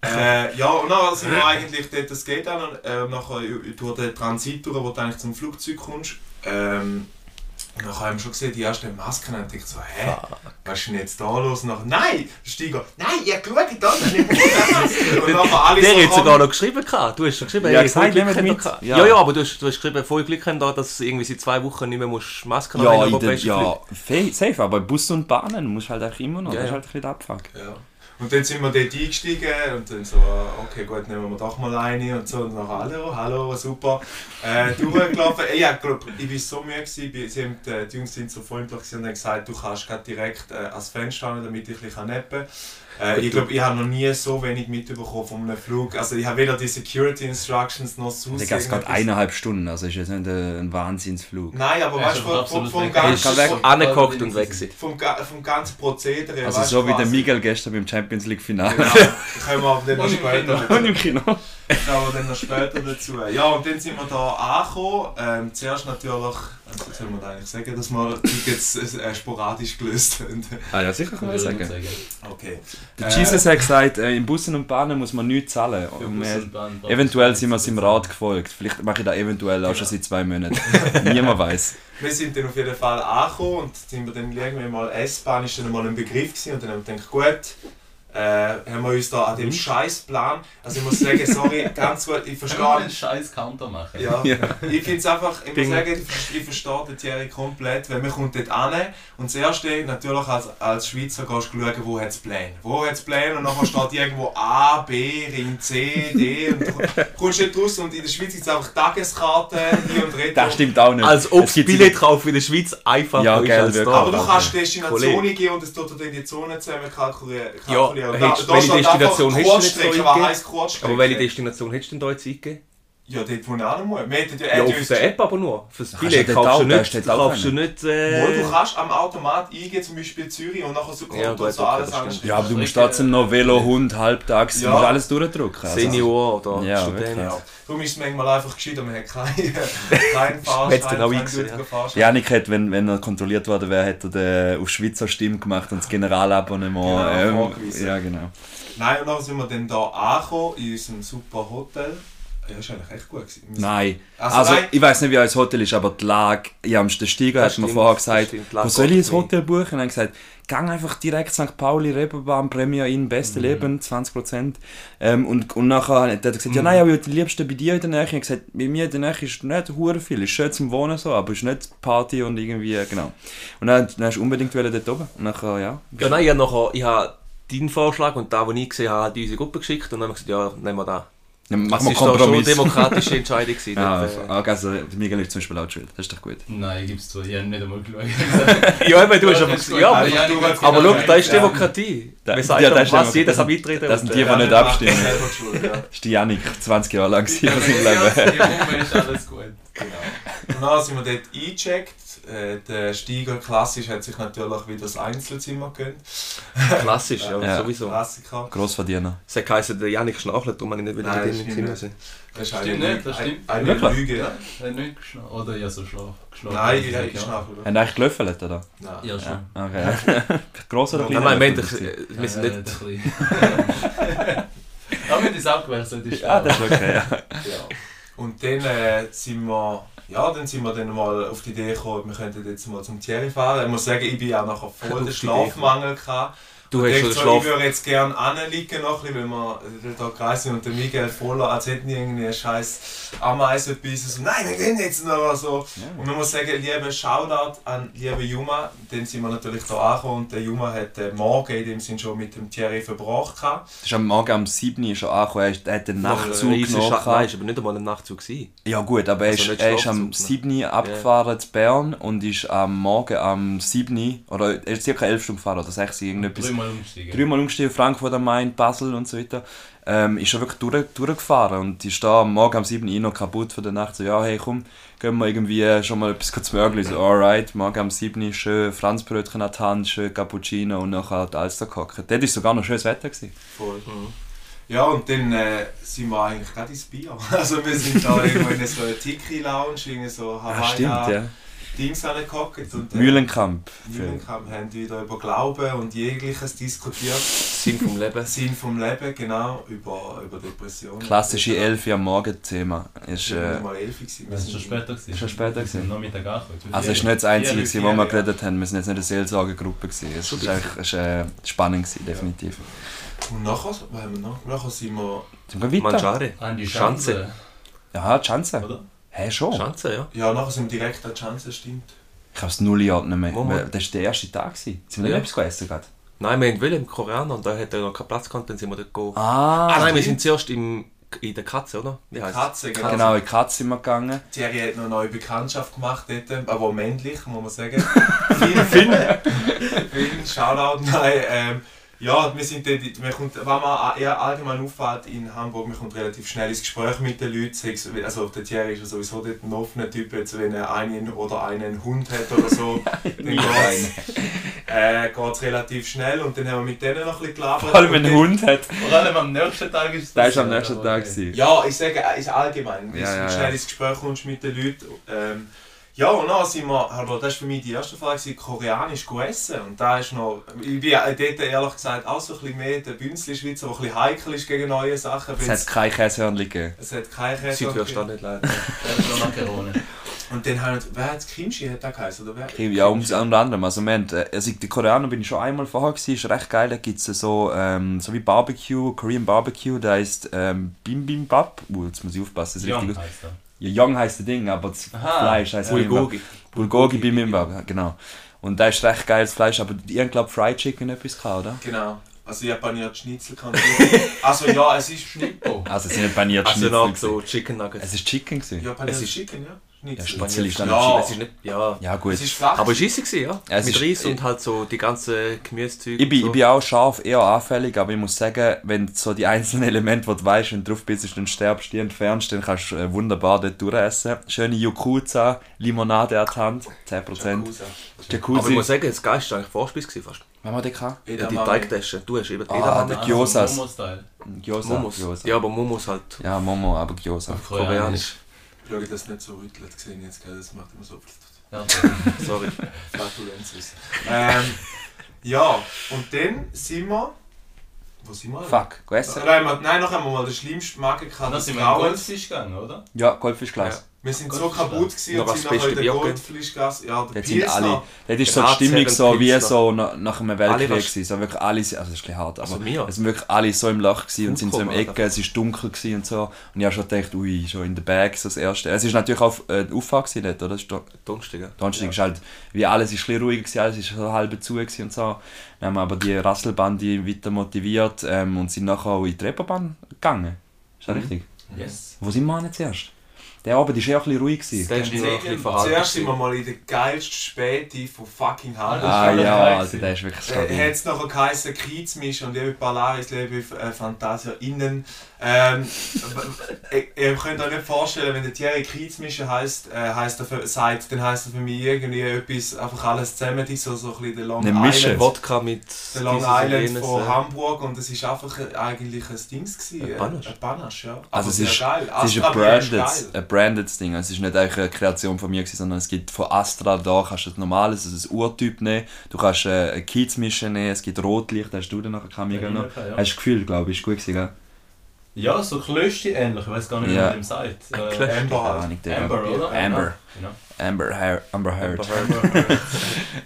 Speaker 4: äh, ja, und dann sind wir eigentlich dort das Gate an, und, äh, nachher ü- ü- durch den Transit durch, wo du eigentlich zum Flugzeug kommst. Ähm, Und dann habe ich schon gesehen, die ersten Masken und dachte so, hä, was ist denn jetzt da los? Und dann, nein, Steiger, nein, ihr schaut da nicht. Und dann alle
Speaker 6: Der
Speaker 4: so,
Speaker 6: hat
Speaker 4: komm,
Speaker 6: sogar noch geschrieben. Gehabt. Du hast schon geschrieben,
Speaker 5: Ja,
Speaker 6: ey,
Speaker 5: gesagt,
Speaker 6: voll Glück
Speaker 5: nehmen wir
Speaker 6: haben wir
Speaker 5: mit.
Speaker 6: gehabt.
Speaker 5: Ja.
Speaker 6: Ja. ja, aber du hast, du hast geschrieben, voll Glück haben da, dass du irgendwie seit zwei Wochen nicht mehr musst Masken
Speaker 5: Ja,
Speaker 6: anlegen
Speaker 5: in
Speaker 6: musst,
Speaker 5: den,
Speaker 6: aber
Speaker 5: ja, fe- safe, aber Bus und Bahnen musst halt einfach immer noch,
Speaker 6: Ja,
Speaker 5: das ist
Speaker 6: ja.
Speaker 5: halt ein bisschen der Abfuck.
Speaker 4: Ja. Und dann sind wir dort eingestiegen und dann so, äh, okay, gut, nehmen wir doch mal eine und so. Und dann, hallo, hallo, super. Äh, durchgelaufen. Ich, hab, glaub, ich war so müde, gewesen, ich bin- sie haben, äh, die, die Jungs sind so freundlich gewesen und haben gesagt, du kannst grad direkt äh, ans Fenster hin, damit ich ein bisschen neppen kann. Äh, ich glaube, ich habe noch nie so wenig mitbekommen von einem Flug. Also ich habe weder die Security Instructions noch so
Speaker 5: Der geht gerade eineinhalb Stunden, also ist jetzt nicht äh, ein Wahnsinnsflug.
Speaker 4: Nein, aber
Speaker 1: Ja,
Speaker 4: weißt du,
Speaker 1: schon
Speaker 4: vom, vom,
Speaker 1: absolut
Speaker 4: vom
Speaker 1: weg.
Speaker 4: ganzen,
Speaker 5: Kann weg.
Speaker 4: vom,
Speaker 6: Angeguckt und weg sind.
Speaker 4: vom, ga- vom ganzen Prozedere.
Speaker 5: Also
Speaker 4: weißt
Speaker 5: so
Speaker 4: du,
Speaker 5: wie der
Speaker 4: quasi.
Speaker 5: Miguel gestern beim Champions League
Speaker 4: Genau,
Speaker 5: Finale.
Speaker 4: da können wir aber dann noch
Speaker 1: Und im
Speaker 4: später.
Speaker 5: Und im Kino.
Speaker 4: kommen wir dann noch später dazu. Ja, und dann sind wir hier angekommen. Ähm, zuerst natürlich, also was soll man da eigentlich sagen, dass wir Tickets äh, sporadisch gelöst haben.
Speaker 5: Ah ja, sicher kann man das
Speaker 1: Würde ich
Speaker 5: sagen.
Speaker 1: sagen.
Speaker 4: Okay.
Speaker 5: Der
Speaker 4: Äh,
Speaker 5: Jesus hat gesagt, äh, in Bussen und Bahnen muss man nichts zahlen.
Speaker 1: Für
Speaker 5: Und,
Speaker 1: Bus
Speaker 5: äh,
Speaker 1: und Bahn-
Speaker 5: Eventuell sind wir seinem Rat gefolgt. Vielleicht mache ich da eventuell auch schon seit zwei Monaten. Niemand weiß.
Speaker 4: Wir sind dann auf jeden Fall angekommen und sind wir dann irgendwie mal S-Bahn ist dann mal ein Begriff gewesen und dann haben wir gedacht, gut, äh, haben wir uns da an dem Scheißplan, also ich muss sagen, sorry, ganz gut, ich
Speaker 1: Können wir
Speaker 4: verstehe
Speaker 1: einen scheiß Counter machen?
Speaker 4: Ja. Ich finde es einfach, ich muss
Speaker 6: Bing.
Speaker 4: sagen, ich- ich verstehe den Thierry komplett, weil man kommt dort an und das Erste, natürlich als, als Schweizer gehst du schauen, wo hat es Pläne. Wo hat es Pläne und nachher steht irgendwo A, B, Ring C, D und du kommst nicht raus und in der Schweiz gibt es einfach Tageskarten, hier und Retro.
Speaker 5: Das stimmt auch nicht.
Speaker 6: Als ob
Speaker 5: Es
Speaker 6: das
Speaker 5: gibt-
Speaker 6: Billetkauf in der Schweiz einfacher
Speaker 5: Ja,
Speaker 6: ist
Speaker 5: gell,
Speaker 6: als
Speaker 5: wirklich.
Speaker 6: da.
Speaker 4: Aber du kannst Destinationen
Speaker 6: Kollege.
Speaker 4: gehen und es tut dir dann die Zonen zusammen kalkulieren.
Speaker 6: Ja,
Speaker 4: kalkulieren. Und da-
Speaker 6: hättest-
Speaker 4: da
Speaker 6: welche
Speaker 4: steht einfach
Speaker 6: Destination hast du nicht so
Speaker 4: Kurzstrecke, was
Speaker 6: eingegeben?
Speaker 4: heisst Kurzstrecke?
Speaker 6: Aber welche Destination hättest du denn da jetzt eingegeben?
Speaker 4: Ja, dort wo ich auch noch muss. Wir hätten ja-
Speaker 6: Ja,
Speaker 5: Äh,
Speaker 4: hätten
Speaker 6: auf
Speaker 4: uns-
Speaker 6: der App aber nur. Fürs
Speaker 5: kannst
Speaker 6: Billett
Speaker 5: du dort
Speaker 6: kaufst du
Speaker 5: auch-
Speaker 6: nicht.
Speaker 5: kannst du dort
Speaker 6: Du
Speaker 5: auch
Speaker 6: kaufst du nicht.
Speaker 4: Wohl,
Speaker 6: Äh,
Speaker 4: du kannst am Automat eingehen, zum Beispiel Zürich, und nachher so kommt
Speaker 6: Ja,
Speaker 4: und
Speaker 6: gut,
Speaker 4: so
Speaker 6: okay,
Speaker 4: alles
Speaker 6: das
Speaker 4: andere.
Speaker 5: Ja, aber du musst trotzdem noch Velo, Hund, Halbtags, du
Speaker 4: Ja.
Speaker 5: musst alles durchdrücken. Also,
Speaker 6: Senior oder
Speaker 5: Ja,
Speaker 6: Student.
Speaker 5: wirklich.
Speaker 4: Ja. Darum ist es manchmal einfach gescheiter, man hat keinen kein
Speaker 6: Hätt's
Speaker 4: Fahrschein,
Speaker 6: dann auch
Speaker 4: keinen
Speaker 6: eingesehen,
Speaker 4: gültigen
Speaker 6: ja.
Speaker 4: Fahrschein.
Speaker 5: Janik hat, wenn, wenn er kontrolliert worden wäre, hätte er den auf Schweizer Stimme gemacht und das Generalabonnement.
Speaker 4: Genau,
Speaker 5: ähm,
Speaker 4: vorgewiesen.
Speaker 5: ja, genau.
Speaker 4: Nein, und nachher sind wir dann hier angekommen, in unserem super Hotel. Ja, ist eigentlich echt gut gewesen. Wir sind-
Speaker 5: Nein.
Speaker 4: Also
Speaker 5: Also,
Speaker 4: nein.
Speaker 5: ich weiß nicht, wie euer Hotel ist, aber die Lage, ja, am der Steiger
Speaker 6: Das
Speaker 5: hast du mir
Speaker 6: stimmt,
Speaker 5: vorher
Speaker 6: das
Speaker 5: gesagt,
Speaker 6: stimmt, die Lage
Speaker 5: wo soll ich
Speaker 6: geht
Speaker 5: ein Hotel buchen? Und dann gesagt, gang einfach direkt St. Pauli, Reeperbahn, Premier Inn, beste
Speaker 6: Mhm.
Speaker 5: Leben, 20%. Ähm, und, und nachher hat er gesagt,
Speaker 6: Mhm.
Speaker 5: ja nein, aber ich würde am liebsten bei dir in der Nähe. Ich habe gesagt, bei mir in der Nähe ist nicht hure viel, ist schön zum Wohnen so, aber ist nicht Party und irgendwie, genau. Und dann, dann hast du unbedingt wollen dort oben. Und nachher, ja.
Speaker 6: Ja, nein, ich habe nachher ich habe deinen Vorschlag und da, wo ich gesehen habe, hat unsere Gruppe geschickt und dann haben wir gesagt, ja, nehmen wir da.
Speaker 5: Dann
Speaker 6: Das
Speaker 5: machen wir
Speaker 6: ist doch schon eine
Speaker 5: Kompromiss.
Speaker 6: demokratische Entscheidung gewesen.
Speaker 5: Ja,
Speaker 6: dort, äh.
Speaker 5: also, Miguel ist zum Beispiel auch schuld. Das ist doch gut.
Speaker 1: Nein, gibt's zu. Ich habe nicht einmal geschaut.
Speaker 6: Ja, eben, du hast aber gesagt, ja, aber,
Speaker 4: Ja,
Speaker 1: Janik hat's
Speaker 6: aber
Speaker 1: genau
Speaker 6: schau, da ist
Speaker 1: gesagt.
Speaker 6: Demokratie.
Speaker 5: Da-
Speaker 6: Man sagt
Speaker 5: ja,
Speaker 6: ja,
Speaker 5: da ist
Speaker 6: was,
Speaker 5: Demokratie.
Speaker 6: jeder kann
Speaker 5: Das-
Speaker 6: mitreden.
Speaker 5: das sind
Speaker 6: und,
Speaker 5: die,
Speaker 6: äh,
Speaker 5: die-
Speaker 4: wir
Speaker 5: nicht
Speaker 4: machen
Speaker 5: abstimmen.
Speaker 4: selber die Schuld, ja.
Speaker 5: Das ist die Janik, 20 Jahre lang
Speaker 1: Ja,
Speaker 5: gewesen in seinem Leben.
Speaker 1: Moment ist alles gut.
Speaker 4: Genau. Und dann sind wir dort eingecheckt. Äh, der Steiger klassisch hat sich natürlich wieder das Einzelzimmer gegönnt.
Speaker 6: Klassisch, ja,
Speaker 5: Ja.
Speaker 6: sowieso.
Speaker 4: Klassiker.
Speaker 5: Grossverdiener.
Speaker 6: Es hat geheißen, der Janik schnarchelt, darum habe ich nicht wieder
Speaker 4: Nein,
Speaker 6: drin
Speaker 4: das
Speaker 6: im
Speaker 4: stimmt
Speaker 6: Zimmer
Speaker 4: nicht.
Speaker 6: sein.
Speaker 4: Das ist
Speaker 1: Stimmt
Speaker 4: eine,
Speaker 1: nicht, das
Speaker 4: eine-
Speaker 1: stimmt.
Speaker 4: eine
Speaker 5: Wirklich?
Speaker 4: Lüge. Ja.
Speaker 1: Er hat nicht geschlafen. Oder ja, so schlaf. geschlafen.
Speaker 4: Nein, ich habe geschnappt.
Speaker 5: Haben die eigentlich gelöffelt, oder? Ah,
Speaker 4: Nein.
Speaker 1: Ja, schon.
Speaker 5: Okay. Gross oder
Speaker 4: Ja,
Speaker 5: klein?
Speaker 6: Nein, nein,
Speaker 5: Löffel?
Speaker 6: wir, wir sind nicht...
Speaker 1: Aber wenn das abgewechselt ist,
Speaker 5: Ja, das ist okay. Ja.
Speaker 4: Ja. Und dann äh, sind wir, ja, dann sind wir dann mal auf die Idee gekommen, wir könnten jetzt mal zum Thierry fahren. Ich muss sagen, ich bin ja nachher
Speaker 6: Auf
Speaker 4: voll
Speaker 6: die
Speaker 4: den
Speaker 6: Idee
Speaker 4: Schlafmangel gehabt.
Speaker 6: Du
Speaker 4: Und
Speaker 6: hast
Speaker 4: dachte
Speaker 6: schon den
Speaker 4: so,
Speaker 6: Schlaf...
Speaker 4: Ich würde jetzt gerne anliegen noch, ein bisschen, weil wir da gereist sind und der Miguel voller, als hätten die irgendwie eine scheiß Ameise gebissen. So, nein, wir gehen jetzt noch so. Und man muss sagen, lieber Shoutout an liebe Juma, dann sind wir natürlich da angekommen und der Juma hat den Morgen in dem Sinn schon mit dem Thierry verbracht. gehabt.
Speaker 5: Das ist am Morgen um 7 Uhr schon angekommen. Er ist- Er hat den Nachtzug
Speaker 6: Riesen Scha-
Speaker 5: noch.
Speaker 6: Nein,
Speaker 5: gehabt.
Speaker 6: ist aber nicht einmal ein Nachtzug gewesen.
Speaker 5: Ja gut, aber er
Speaker 6: Also
Speaker 5: ist,
Speaker 6: nicht
Speaker 5: er ist
Speaker 6: Schlafzug,
Speaker 5: am
Speaker 6: ne?
Speaker 5: 7 Uhr abgefahren zu Bern und ist am Morgen am 7 Uhr, oder er ist ca. 11 Stunden gefahren oder 6 Uhr, irgendetwas.
Speaker 1: Dreimal umsteigen.
Speaker 5: dreimal umgestiegen, Frankfurt am Main, Basel und so weiter, ähm, ist schon wirklich durch, durchgefahren und ist da am Morgen um 7 Uhr noch kaputt von der Nacht, so, ja, hey, komm, gehen wir irgendwie äh, schon mal etwas zu Mörgli, so, alright, morgen um 7 Uhr schön Franzbrötchen an die Hand, schön Cappuccino und nachher die Alster gehockt. Dort war sogar noch schönes Wetter. Gewesen.
Speaker 4: Voll. Ja, und dann äh, sind wir eigentlich Ah,
Speaker 5: Ah,
Speaker 4: gerade ins Bier. Also wir sind da irgendwo in so einer Tiki-Lounge, irgendwie so Hawaii. Dings angehockt und äh,
Speaker 5: Mühlenkamp.
Speaker 4: Mühlenkamp haben wieder über Glauben und jegliches diskutiert.
Speaker 6: Sinn vom Leben.
Speaker 4: Sinn vom Leben, genau, über, über Depressionen. Genau.
Speaker 5: Klassische Elfi am Morgen-Thema. Ist,
Speaker 4: Ich war
Speaker 5: äh,
Speaker 4: nicht mal elf. gewesen.
Speaker 1: Das ist schon später gewesen.
Speaker 5: ist schon später gewesen.
Speaker 1: Am Nachmittag angekommen.
Speaker 5: Also es ist
Speaker 1: Vier-
Speaker 5: nicht das Einzige,
Speaker 1: vier-
Speaker 5: gewesen, wo wir
Speaker 1: vier-
Speaker 5: geredet haben. Wir sind jetzt nicht eine Seelsorgegruppe. gewesen. Es ist eigentlich es ist, äh, spannend, gewesen, definitiv.
Speaker 4: Und nachher, was haben wir noch? Nachher sind wir,
Speaker 5: Sind wir weiter?
Speaker 6: Mangiare.
Speaker 1: An die
Speaker 6: Schanze.
Speaker 1: Schanze.
Speaker 5: Ja, die Chance.
Speaker 1: Oder?
Speaker 5: Hä, schon?
Speaker 6: Schanze, ja.
Speaker 4: ja, nachher sind wir direkt an die Chance, stimmt.
Speaker 5: Ich kann es null einordnen mehr.
Speaker 6: Moment.
Speaker 5: Weil Das war der erste Tag. gewesen. Sind wir
Speaker 6: Ja.
Speaker 5: nicht etwas gegessen gerade?
Speaker 6: Nein, wir haben wollen im Koreaner und da hat er noch keinen Platz gehabt, dann sind wir dort gegangen.
Speaker 5: Ah,
Speaker 6: Ah, nein, wir sind zuerst im, in der Katze, oder? Wie heißt
Speaker 4: Katze, genau.
Speaker 5: Genau, in die Katze sind wir gegangen.
Speaker 4: Thierry hat noch eine neue Bekanntschaft gemacht dort, aber männlich, muss man sagen. Finn, Finn. Finn, Shoutout, nein. Ähm, ja, wir sind dort, man kommt, wenn man eher allgemein auffällt in Hamburg, man kommt relativ schnell ins Gespräch mit den Leuten. sei es- Also der Thierry ist ja sowieso dort ein offener Typ, jetzt, wenn er einen oder einen Hund hat oder so, dann geht's, äh, geht's relativ schnell und dann haben wir mit denen noch ein bisschen gelabert.
Speaker 5: Vor allem
Speaker 4: Und
Speaker 5: wenn ein
Speaker 4: dann-
Speaker 5: Hund hat.
Speaker 1: Vor allem am nächsten Tag ist
Speaker 5: Das war am nächsten Tag. gewesen.
Speaker 4: Ja, ich sage, äh, ist allgemein, wenn
Speaker 5: Ja,
Speaker 4: du
Speaker 5: ja,
Speaker 4: schnell
Speaker 5: ja.
Speaker 4: ins Gespräch kommst mit den Leuten. Ähm, ja, und dann sind wir, aber das war für mich die erste Frage, gewesen, koreanisch gut essen. Und da ist noch, ich bin äh, dort ehrlich gesagt auch so ein bisschen mehr der Bünzli-Schweizer, der ein bisschen heikel ist gegen neue Sachen.
Speaker 5: Es
Speaker 4: weil Es
Speaker 5: hat keine Käsehörnchen gegeben.
Speaker 4: es hat keine
Speaker 6: das?
Speaker 4: Käse.
Speaker 6: Südwürst auch nicht leider.
Speaker 1: Das ist schon Macaroni.
Speaker 4: Und dann haben wir, wer hat Kimchi, hat der geheißen, oder wer?
Speaker 5: Ja, um, unter anderem. Also, wir haben, äh, also ich, die Koreaner bin ich schon einmal vorher gewesen, ist recht geil. Da gibt es so, ähm, so wie Barbecue, Korean Barbecue, da heißt ähm, Bim Bim Bap. Uh, jetzt muss ich aufpassen, das ist
Speaker 1: Jong
Speaker 5: richtig aus.
Speaker 1: heißt er.
Speaker 5: Ja, Young heisst das Ding, aber das
Speaker 1: Aha,
Speaker 5: Fleisch heisst Bulgogi.
Speaker 6: Bulgogi.
Speaker 5: Bulgogi Bim Bim Bap, genau. Und da ist recht geiles Fleisch, aber ihr glaubt Fried Chicken etwas gehabt, oder?
Speaker 4: Genau. Also japaniert Schnitzel kann ich Also ja, es ist Schnitzel.
Speaker 1: Oh.
Speaker 5: Also, es sind nicht paniert
Speaker 6: Also
Speaker 5: Schnitzel.
Speaker 6: noch
Speaker 5: gewesen.
Speaker 6: so Chicken Nuggets.
Speaker 5: Es ist Chicken gewesen.
Speaker 4: Japaniert
Speaker 6: Es ist-
Speaker 4: Chicken, ja?
Speaker 5: Ja,
Speaker 4: Schnitzel.
Speaker 5: Schnitzel ist dann
Speaker 4: Ja.
Speaker 6: Es ist nicht, ja.
Speaker 5: Ja, gut.
Speaker 4: Es ist flach.
Speaker 6: Aber es war easy, gewesen, ja.
Speaker 5: Ja, es
Speaker 6: Mit
Speaker 5: ist- e-
Speaker 6: Reis und halt so die ganzen Gemüsezeuge.
Speaker 5: Ich bin,
Speaker 6: und so.
Speaker 5: ich bin auch scharf, eher anfällig, aber ich muss sagen, wenn du so die einzelnen Elemente, die du weißt, wenn du drauf bist, dann stirbst, die entfernst, dann kannst du äh, wunderbar dort durchessen. Schöne Yakuza, Limonade an die Hand, 10%.
Speaker 4: Yakuza.
Speaker 6: Aber ich
Speaker 5: Jacuzzi.
Speaker 6: muss sagen, das Geist war eigentlich Vorspeise gewesen fast.
Speaker 5: Wenn man den kann?
Speaker 6: Ja, die
Speaker 4: Edamame.
Speaker 6: Teigtasche, du hast eben
Speaker 5: Ah,
Speaker 6: Edamame.
Speaker 5: der Gyosas.
Speaker 1: Momo-Style.
Speaker 5: Gyoza.
Speaker 6: Momos.
Speaker 5: Gyoza.
Speaker 6: Ja, aber Momos halt
Speaker 5: Ja, Momo, aber Gyoza.
Speaker 6: koreanisch.
Speaker 4: Schau, dass du nicht so rüttelt gesehen jetzt, gell? das macht immer so
Speaker 1: Ja.
Speaker 6: Sorry.
Speaker 4: Flatulenz. ähm, ja, und dann sind wir... Wo sind wir?
Speaker 5: Fuck, go essen?
Speaker 4: Nein, wir- nein, noch einmal mal den schlimmsten Magen gehabt.
Speaker 1: Dann
Speaker 4: Das
Speaker 1: sind wir in den
Speaker 4: Grauens.
Speaker 1: Goldfisch gegangen, oder?
Speaker 5: Ja, Goldfischglas.
Speaker 4: Wir sind
Speaker 1: Gott,
Speaker 4: so kaputt gewesen
Speaker 6: Noch
Speaker 4: und sind
Speaker 6: das
Speaker 4: nachher in
Speaker 6: beste
Speaker 4: der
Speaker 6: Bier
Speaker 4: Goldfischgasse. Ja, der
Speaker 5: Dort sind alle.
Speaker 4: Pilsner.
Speaker 5: Dort ist so die
Speaker 6: Ratsherren
Speaker 5: Stimmung so wie
Speaker 6: Pilsner.
Speaker 5: so nach, nach einem Weltkrieg.
Speaker 6: Alle was-
Speaker 5: gewesen. so wirklich alle, sind- also das ist ein bisschen hart, aber
Speaker 6: Also mir.
Speaker 5: es sind wirklich alle so im Loch gewesen und sind so im
Speaker 6: Vollkommen,
Speaker 5: Ecken, es ist dunkel gewesen und so. Und ich habe schon gedacht, ui, schon in der Bag, so das erste. Es ist natürlich auch äh, die Auffahrt gewesen dort, oder? Es ist doch-
Speaker 6: Donnerstag, ja.
Speaker 5: Donnerstag ist halt, wie alles ist ein bisschen ruhiger gewesen, alles ist so halb zu gewesen und so. Dann haben wir aber die Rasselbande weiter motiviert ähm, und sind nachher auch in die Reeperbahn gegangen. Ist
Speaker 6: Mhm.
Speaker 5: das richtig?
Speaker 1: Yes.
Speaker 5: Wo sind wir denn zuerst? Der Abend war eher ein bisschen ruhig. Gewesen.
Speaker 6: Der ist noch ein bisschen verhalten.
Speaker 4: Zuerst sind wir mal in der geilsten Späti von fucking Hamburg.
Speaker 1: Ah,
Speaker 5: Ah
Speaker 1: das war
Speaker 5: ja,
Speaker 1: doch geil
Speaker 5: also der ist wirklich stabil.
Speaker 4: Äh, hat es nachher geheißen, Kiezmisch und liebe Polaris, liebe äh, Fantasia innen. Ähm, äh, ihr könnt euch nicht vorstellen, wenn der Thierry Kiezmische heisst, äh, heisst er für, sagt, dann heisst er für mich irgendwie etwas, einfach alles zusammen, die so, so ein bisschen der Long
Speaker 5: Eine Mische.
Speaker 4: Island,
Speaker 6: Wodka mit
Speaker 4: der Long
Speaker 6: dieses und
Speaker 4: Island
Speaker 6: jenes,
Speaker 4: von
Speaker 6: äh,
Speaker 4: Hamburg und es ist einfach ein- eigentlich ein Dings gewesen.
Speaker 6: Ein
Speaker 4: äh,
Speaker 6: Panache.
Speaker 4: Ein Panache, ja. Aber
Speaker 5: Also es
Speaker 4: sehr
Speaker 5: ist,
Speaker 4: geil.
Speaker 5: es ist
Speaker 4: Astra
Speaker 5: ein,
Speaker 4: Brand ist
Speaker 5: branded,
Speaker 4: geil.
Speaker 5: ein brandedes Ding. Es ist nicht eigentlich eine Kreation von mir, gewesen, sondern es gibt von Astra da kannst du ein normales, also ein Urtyp nehmen, du kannst äh, eine Kiezmische nehmen, es gibt Rotlicht, hast du dann nachher Kamera
Speaker 1: Ja,
Speaker 5: genommen.
Speaker 1: ja, ja.
Speaker 5: genau. Hast du gefühlt, glaube ich, ist gut gewesen, gell?
Speaker 1: Ja, so Klöste ähnlich, ich weiß gar nicht, wie
Speaker 5: Ja.
Speaker 1: man dem sagt. Äh,
Speaker 4: Amber
Speaker 6: Klöste.
Speaker 5: Keine
Speaker 4: halt.
Speaker 5: Ahnung, Digga.
Speaker 1: Amber, oder?
Speaker 5: Amber.
Speaker 1: Genau.
Speaker 5: Amber Heard. Amber Heard.
Speaker 1: Amber.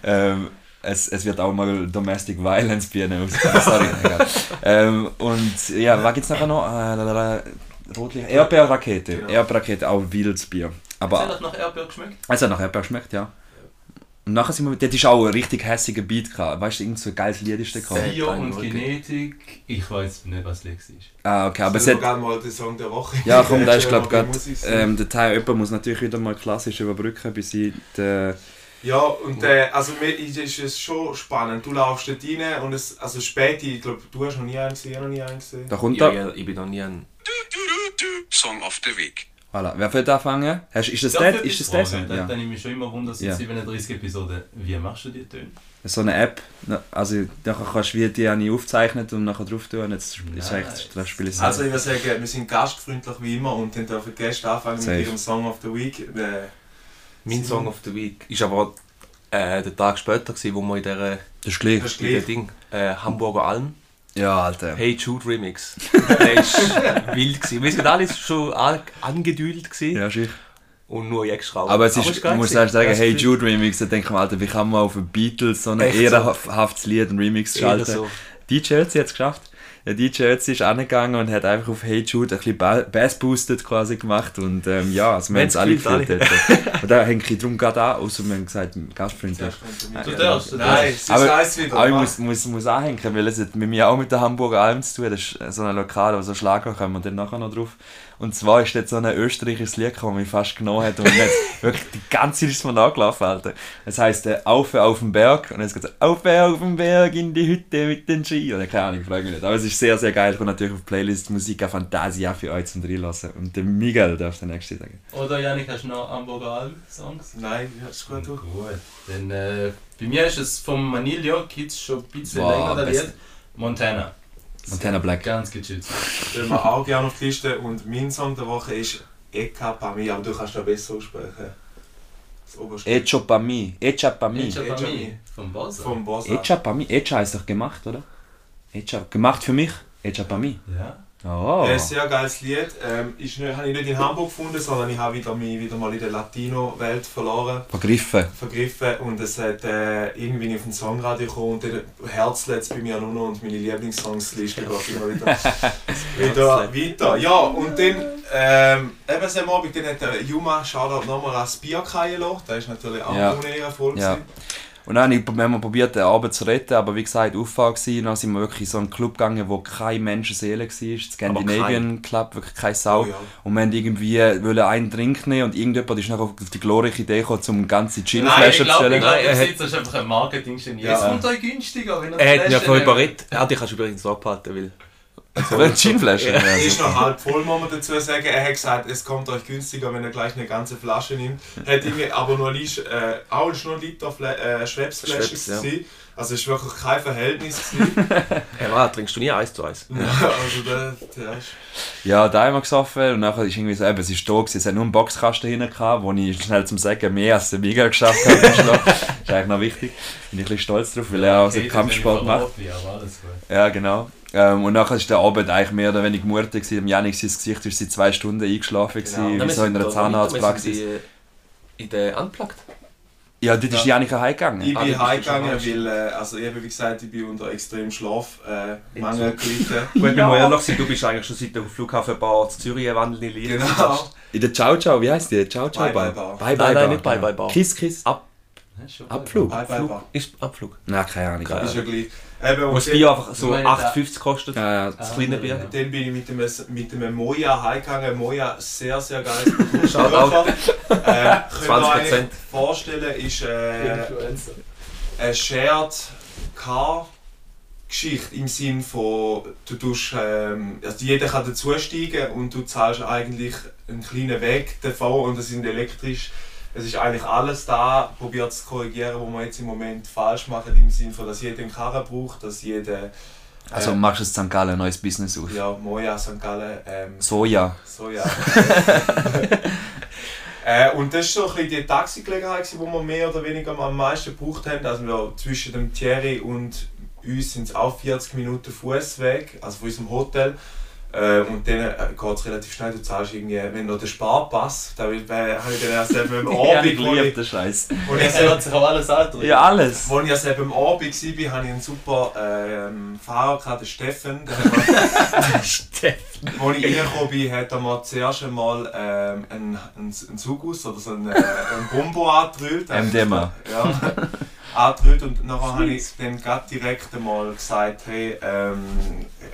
Speaker 5: ähm, es, es wird auch mal Domestic Violence Biene aus. Sorry, egal. ähm, und ja, was gibt's nachher noch? Äh, lalala, Rotlicht. Erdbeerrakete.
Speaker 4: Genau.
Speaker 5: Erdbeerrakete, auch wildes Bier. Aber
Speaker 1: Hat das nach Erdbeer geschmeckt?
Speaker 5: Es hat nach Erdbeer geschmeckt, ja. Und nachher sind wir, dort ist auch ein richtig hässiger Beat gehabt. Weißt du, irgend so ein geiles Lied ist da gekommen.
Speaker 1: Bio
Speaker 6: kein
Speaker 1: und
Speaker 6: Rücken.
Speaker 1: Genetik, ich weiß nicht, was Lex ist.
Speaker 5: Ah, okay, aber es
Speaker 4: Soll ich
Speaker 5: hat,
Speaker 4: sogar mal den Song der Woche.
Speaker 5: ja, komm, da ist,
Speaker 4: Äh,
Speaker 5: glaube
Speaker 4: die
Speaker 5: ich,
Speaker 4: Musik-
Speaker 5: gerade, ähm, der Teil, jemand muss natürlich wieder mal klassisch überbrücken, bis ich, die,
Speaker 4: Ja, und äh, also mir ist ist es schon spannend. Du laufst dort rein und es, also später, ich glaube, du hast noch nie einen gesehen, ich noch nie einen gesehen.
Speaker 5: da kommt
Speaker 6: Ja,
Speaker 5: da.
Speaker 6: ja, ich bin noch nie ein.
Speaker 7: Song of the Week.
Speaker 5: Voilà. Wer will anfangen? Hast, ist das
Speaker 1: Darf ich
Speaker 5: das?
Speaker 1: etwas
Speaker 5: Ist das das?
Speaker 1: fragen? Dann,
Speaker 5: Ja.
Speaker 1: dann ich mich schon immer wundern, seit
Speaker 5: Ja.
Speaker 1: 37 Episoden, wie machst du die Töne?
Speaker 5: So eine App, na, also nachher kannst du wie die habe ich aufgezeichnet und nachher drauf tun und jetzt ist echt, das Spiel ist
Speaker 4: Also ich würde sagen, wir sind gastfreundlich wie immer und dann dürfen die Gäste anfangen
Speaker 5: Safe.
Speaker 4: mit ihrem Song of the Week. Äh,
Speaker 6: Mein Song of the Week ist aber äh, der Tag später, gewesen, wo wir in der,
Speaker 5: Das ist gleich.
Speaker 4: Das
Speaker 6: in der Ding, äh, Hamburger Alm,
Speaker 5: Ja, Alter.
Speaker 6: Hey Jude Remix. der ist wild gewesen. Wir sind alle schon an- angedüdelt gewesen
Speaker 5: Ja, sicher.
Speaker 6: und nur jetzt schrauben.
Speaker 5: Aber es ist,
Speaker 6: geil
Speaker 5: du musst
Speaker 6: gewesen.
Speaker 5: erst sagen,
Speaker 6: Ja, es
Speaker 5: hey
Speaker 6: ist
Speaker 5: Jude Remix, dann denke ich mir, Alter, wie kann man auf ein Beatles so ein
Speaker 6: Echt so.
Speaker 5: ehrenhaftes Lied, einen Remix
Speaker 6: Eher
Speaker 5: schalten?
Speaker 6: so.
Speaker 5: DJ Ötzi hat's geschafft. Der DJ Ötzi ist angegangen und hat einfach auf Hey Jude ein bisschen Ba- Bass boosted quasi gemacht und ähm, ja, also wir haben
Speaker 6: Wenn's
Speaker 5: es alle
Speaker 6: gefühlt,
Speaker 5: gefühlt. hätten. und da hängt ich drum gerade an, außer wir haben gesagt, Gastfreund.
Speaker 1: Du darfst, du
Speaker 4: Nein,
Speaker 1: darfst.
Speaker 4: es
Speaker 5: Aber-
Speaker 4: heiß wieder.
Speaker 5: Aber ich muss, muss, muss anhängen, weil es hat mit mir auch mit der Hamburger Alm zu tun. Das ist so ein Lokal, also Schlager kommen wir dann nachher noch drauf. Und zwar ist dort so ein österreichisches Lied gekommen, das mich fast genommen hat. Und hat wirklich die ganze Zeit ist mir nachgelaufen, Alter. Es heisst äh, «Auf auf dem Berg» und es geht so «Auf auf dem Berg in die Hütte mit den Ski». Oder keine Ahnung, frage mich nicht. Aber es ist sehr, sehr geil. Kommt natürlich auf die Playlist «Musik auf Fantasia» für euch zum Reinlassen. Und der Miguel darf den nächsten sagen.
Speaker 1: Oder Janik, hast du noch Hamburger Alb-Songs?
Speaker 4: Nein, ja, ist gut. du.
Speaker 1: Gut, dann äh, bei mir ist es vom Manilio Kids schon ein bisschen
Speaker 5: Wow,
Speaker 1: länger
Speaker 5: beste.
Speaker 1: datiert. Montana.
Speaker 5: Montana Black.
Speaker 1: Ganz gechillt.
Speaker 4: Stellen wir auch gerne auf die Liste. Und mein Song der Woche ist Eka Pami, aber du kannst da besser aussprechen. Das oberste.
Speaker 5: «Echa pa mi», «Echa pa mi».
Speaker 1: Echa
Speaker 4: Echa
Speaker 1: Pami
Speaker 4: Mi.
Speaker 1: vom Boss.
Speaker 4: Vom Bossa.
Speaker 5: Echa Pami, Echa ist doch gemacht, oder? Echa, gemacht für mich? Echa Pami.
Speaker 1: Ja.
Speaker 5: Oh.
Speaker 4: Ein sehr geiles Lied. Ähm, ist nicht, habe ich nicht in Hamburg gefunden, sondern ich habe wieder, mich wieder mal in der Latino-Welt verloren.
Speaker 5: Vergriffen.
Speaker 4: vergriffen und es hat äh, irgendwie bin ich auf den Songradio gekommen und dann Herzletz bei mir nur noch und meine Lieblingssongsliste geht immer wieder, wieder weiter. Ja, und dann ähm, eben so am Abend, dann hat der Juma Shoutout nochmal ans Bier gehen lassen. Das ist natürlich auch
Speaker 5: Ja.
Speaker 4: ja. ohne Erfolg.
Speaker 5: Ja.
Speaker 4: Ja.
Speaker 5: Und dann haben wir haben probiert, den Abend zu retten, aber wie gesagt, Auffahrt gewesen. Dann sind wir wirklich in so einen Club gegangen, wo keine Menschenseele war. Scandinavian Club, wirklich keine Sau.
Speaker 4: Oh ja.
Speaker 5: Und wir haben irgendwie wollen einen Drink nehmen und irgendjemand ist nachher auf auf die glorreiche Idee gekommen, um ganze
Speaker 1: Nein, ich
Speaker 5: Gin-Flaschen zu
Speaker 1: glaube,
Speaker 5: stellen.
Speaker 1: ich glaube,
Speaker 6: Nein,
Speaker 1: der
Speaker 6: er hat-
Speaker 1: Besitzer ist einfach ein Marketing-Genie.
Speaker 4: Ja.
Speaker 1: Es kommt euch günstiger, wenn ihr
Speaker 6: Er hat
Speaker 1: die
Speaker 6: ja
Speaker 1: Flasche
Speaker 6: vorhin
Speaker 1: nehmt.
Speaker 6: überredet. Ja, die kannst du übrigens abhalten, weil...
Speaker 5: Eine Gin-Flasche. Ja.
Speaker 4: Ist noch halb voll, muss man dazu sagen. Er hat gesagt, es kommt euch günstiger, wenn ihr gleich eine ganze Flasche nimmt. Hat irgendwie aber nur Lisch, äh, auch ist nur ein Liter Fla äh, Schwepsflasche
Speaker 6: Schweppes, ja.
Speaker 4: gewesen. Also es war wirklich kein Verhältnis. gewesen.
Speaker 6: Hey, Mann, trinkst du nie eins zu eins?
Speaker 5: Genau.
Speaker 4: also der, der ist
Speaker 5: Ja, da haben wir gesoffen und nachher ist irgendwie so, eben, es ist da gewesen, es hat nur einen Boxkasten hinten gehabt, wo ich schnell zum Sagen mehr als der Miguel geschafft habe. Das ist noch- ist eigentlich noch wichtig. Bin ich ein bisschen stolz drauf, weil er auch so
Speaker 1: Okay,
Speaker 5: Kampfsport
Speaker 1: das
Speaker 5: macht.
Speaker 1: ist ja nicht verworfen, aber alles gut.
Speaker 5: Ja, genau. Ähm, und nachher ist der Abend eigentlich mehr oder weniger mutig gewesen. Dem Janik sein Gesicht ist seit zwei Stunden eingeschlafen gewesen,
Speaker 6: Nein,
Speaker 5: wie
Speaker 6: wir
Speaker 5: so in
Speaker 6: sind
Speaker 5: einer
Speaker 6: Genau. da noch nicht, wir sind
Speaker 5: Zahnarztpraxis.
Speaker 6: in- In der Unplugged.
Speaker 5: Ja, dort ist Janik heimgegangen.
Speaker 4: Ich
Speaker 6: Ah,
Speaker 4: bin
Speaker 6: du bist
Speaker 4: heimgegangen,
Speaker 6: schon
Speaker 4: weil, äh, also eben wie gesagt, ich bin unter extrem Schlafmangel äh, Mangel gelitten.
Speaker 6: Gut, wenn wir ehrlich sind, du bist eigentlich schon seit dem Flughafen Bar zu Zürich eine wandelnde Liebe.
Speaker 4: Genau.
Speaker 5: In der Ciao Ciao, wie heißt die? Ciao Ciao
Speaker 4: Bye Bye Bar.
Speaker 5: Bar. Bye
Speaker 6: Nein,
Speaker 5: Bye
Speaker 6: nein,
Speaker 5: Bar,
Speaker 6: nicht Bye
Speaker 5: genau.
Speaker 6: Bye Bar.
Speaker 5: Kiss Kiss.
Speaker 1: Ja, ist schon
Speaker 5: Abflug.
Speaker 4: Bye bye bye.
Speaker 6: Ist Abflug.
Speaker 5: Nein, keine Ahnung.
Speaker 6: Geil.
Speaker 4: Ist ja gleich. Eben,
Speaker 6: Wo
Speaker 4: und
Speaker 6: das
Speaker 4: dann,
Speaker 6: Bier einfach so
Speaker 1: Ich meine, da-
Speaker 6: 8,50 kostet.
Speaker 5: Ja, ja.
Speaker 6: Das kleine Bier.
Speaker 4: dann bin ich mit dem, mit dem Moja heimgegangen. Moja, sehr, sehr geiles Produkt.
Speaker 6: Schaut
Speaker 4: Wirklich. äh, Könnt ihr
Speaker 6: 20%.
Speaker 4: euch vorstellen, ist äh,
Speaker 1: Influencer.
Speaker 4: eine Shared Car Geschichte im Sinn von, du tust, ähm, also jeder kann dazusteigen und du zahlst eigentlich einen kleinen Weg davon und es sind elektrisch. Es ist eigentlich alles da, probiert zu korrigieren, was wir jetzt im Moment falsch machen, im Sinn von, dass jeder einen Karren braucht, dass jeder,
Speaker 5: Also machst du aus St. Gallen ein neues Business auf.
Speaker 4: ja, Moja, St. Gallen, ähm,
Speaker 5: Soja.
Speaker 4: so ja. äh, und das war so ein bisschen die Taxigelegenheit, gewesen, die wir mehr oder weniger am meisten gebraucht haben. Also wir zwischen dem Thierry und uns sind es auch 40 Minuten Fußweg, also von unserem Hotel. Äh, und dann äh, geht es relativ schnell, du zahlst irgendwie, wenn noch den Sparpass, da will- äh, habe ich dann erst eben am Abend, wo ich,
Speaker 5: den Scheiß.
Speaker 4: wo ich,
Speaker 1: Er hat sich auch alles angetrieben.
Speaker 5: Ja, alles.
Speaker 4: als ich also eben am Abend war, hatte ich einen super ähm, Fahrer, gehabt, den Steffen. Den Steffen! Als ich reingekommen bin, hat er mir zuerst einmal ähm, einen, einen, einen Sugus oder so einen, äh, einen Bumbo angerührt.
Speaker 5: Ähm, MDMA.
Speaker 4: Ja. angerührt und nachher habe ich dann grad direkt einmal gesagt, hey, ähm,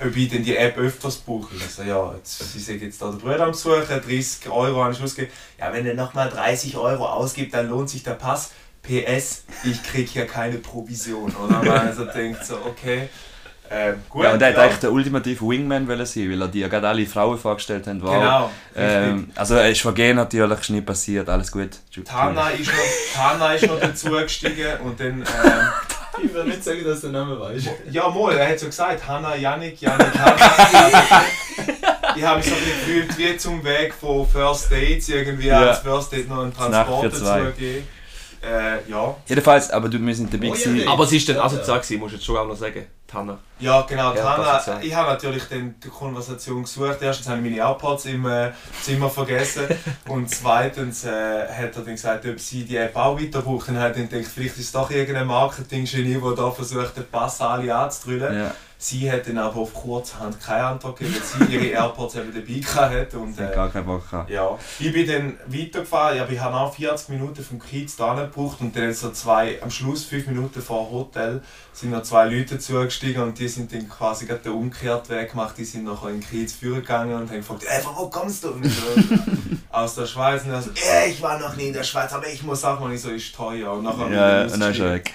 Speaker 4: ob ich denn die App öfters brauche. Ich so, ja, jetzt, sie sind jetzt da den Bruder am Suchen, 30 Euro habe ich ausgegeben. Ja, wenn er nochmal 30 Euro ausgibt, dann lohnt sich der Pass. PS, ich krieg hier keine Provision, oder? Man also denkt so, okay, ähm, gut.
Speaker 5: Ja, und er hat
Speaker 4: ja.
Speaker 5: eigentlich der ultimative Wingman wollen sein, weil er die ja gerade alle Frauen vorgestellt hat. Wow.
Speaker 4: Genau,
Speaker 5: Ähm, also es ist vergeben natürlich, ist nicht passiert, alles gut.
Speaker 4: Tana ist noch, Tana ist noch dazu gestiegen und dann, ähm,
Speaker 1: Ich will nicht sagen, dass der Name weiß.
Speaker 4: ja, mal, er hat so gesagt, Hanna, Janik, Janik, Hanna. Also, ich ich habe mich so ein bisschen gefühlt wie zum Weg von First Dates. Irgendwie
Speaker 5: Ja.
Speaker 4: als First Date noch einen
Speaker 5: Nacht für
Speaker 4: Transport
Speaker 5: zwei.
Speaker 4: dazu gegeben. Äh, ja.
Speaker 5: Jedenfalls, aber du, wir sind dabei
Speaker 1: Oh, ja,
Speaker 5: gewesen.
Speaker 1: nee.
Speaker 6: Aber sie ist dann asozial gewesen, musst du jetzt schon auch noch sagen, Tanner.
Speaker 4: Ja, genau. Die
Speaker 6: Ja, das
Speaker 4: Hanna,
Speaker 6: hat's auch.
Speaker 4: ich habe natürlich dann die Konversation gesucht. Erstens habe ich meine AirPods im äh, Zimmer vergessen. und zweitens äh, hat er dann gesagt, ob sie die App auch weiter braucht. Dann habe ich dann gedacht, vielleicht ist es doch irgendein Marketing-Genie, der da versucht, den Pass alle anzudrüllen.
Speaker 5: Ja,
Speaker 4: Sie hat dann aber auf Kurzhand keine Antwort gegeben, weil sie ihre AirPods eben dabei hatte. Und,
Speaker 5: sie hat
Speaker 4: äh,
Speaker 5: gar keinen Bock gehabt.
Speaker 4: ja, ich bin dann weitergefahren, aber ich habe auch 40 Minuten vom Kiez da gebraucht und dann so zwei, am Schluss 5 Minuten vor Hotel sind noch zwei Leute zugestiegen und die sind dann quasi gerade den umgekehrten Weg gemacht, die sind nachher in den Kiez führen gegangen und haben gefragt, ey, von wo kommst du? Und so, aus der Schweiz und dann so, ey, ich war noch nie in der Schweiz, aber ich muss auch mal, und ich so, ist teuer und nachher
Speaker 5: Ja,
Speaker 4: wieder
Speaker 5: und dann ist er
Speaker 4: ausgestiegen.
Speaker 5: weg.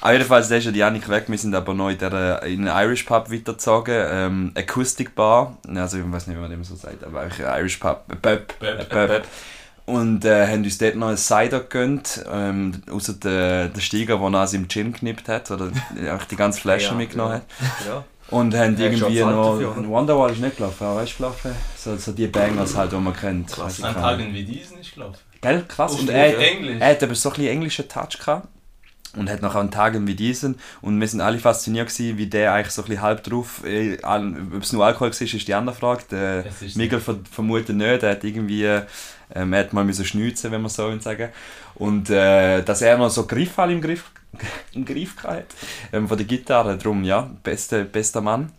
Speaker 5: Auf jeden Fall, dann ist ja die Janik weg. Wir sind aber noch in, der, in den Irish Pub weitergezogen. Ähm, Acoustic Bar. Also, ich weiß nicht, wie man dem so sagt, aber eigentlich ein Irish Pub. Ein Pub.
Speaker 1: Pub.
Speaker 5: Ein Pub. Und äh, haben uns dort noch einen Cider gegönnt. Ähm, außer der, der Steiger, der noch an seinem Gin geknippt hat. Oder auch die ganze Flasche
Speaker 6: Ja,
Speaker 5: mitgenommen
Speaker 6: ja.
Speaker 5: hat.
Speaker 6: Ja.
Speaker 5: Und haben
Speaker 6: Ja, schon
Speaker 5: irgendwie
Speaker 6: Zeit
Speaker 5: noch.
Speaker 6: dafür, oder?
Speaker 5: Wonderwall ist nicht gelaufen, aber weißt du, gelaufen? So, so die Bangers halt, die man kennt. Weiss ich
Speaker 1: An
Speaker 5: gar nicht.
Speaker 1: Tagen wie diesen, ich glaube.
Speaker 5: Gell, krass.
Speaker 1: Auf
Speaker 5: Und äh,
Speaker 1: die
Speaker 5: er,
Speaker 1: Auf Englisch.
Speaker 5: er hat aber so ein bisschen englischen Touch gehabt. Und hat nachher an Tagen wie diesen. Und wir sind alle fasziniert gewesen, wie der eigentlich so ein bisschen halb drauf, äh, an- ob es nur Alkohol war, ist die andere Frage. Der
Speaker 1: Es ist
Speaker 5: Miguel ver vermutet nicht, er hat irgendwie, ähm, er hat mal müssen schneuzen, wenn man so will sagen. Und äh, dass er noch so Griffhall im Griff, im Griff gehabt hat, ähm, von der Gitarre, drum ja, beste, bester Mann.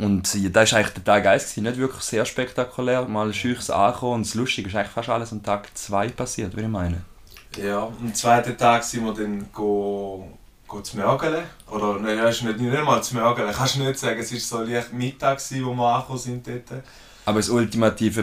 Speaker 5: Und äh, das war eigentlich der Tag 1, gewesen. nicht wirklich sehr spektakulär, mal schüchs ankommen und das Lustige ist eigentlich fast alles am Tag 2 passiert, würde ich meinen.
Speaker 4: Ja, und am zweiten Tag sind wir dann go, go zu Mörgeln. Oder nein, ja, ist nicht, nicht mal zu Mörgeln. Kannst du nicht sagen, es war so leicht Mittag, gewesen, wo wir angekommen sind dort.
Speaker 5: Aber das ultimative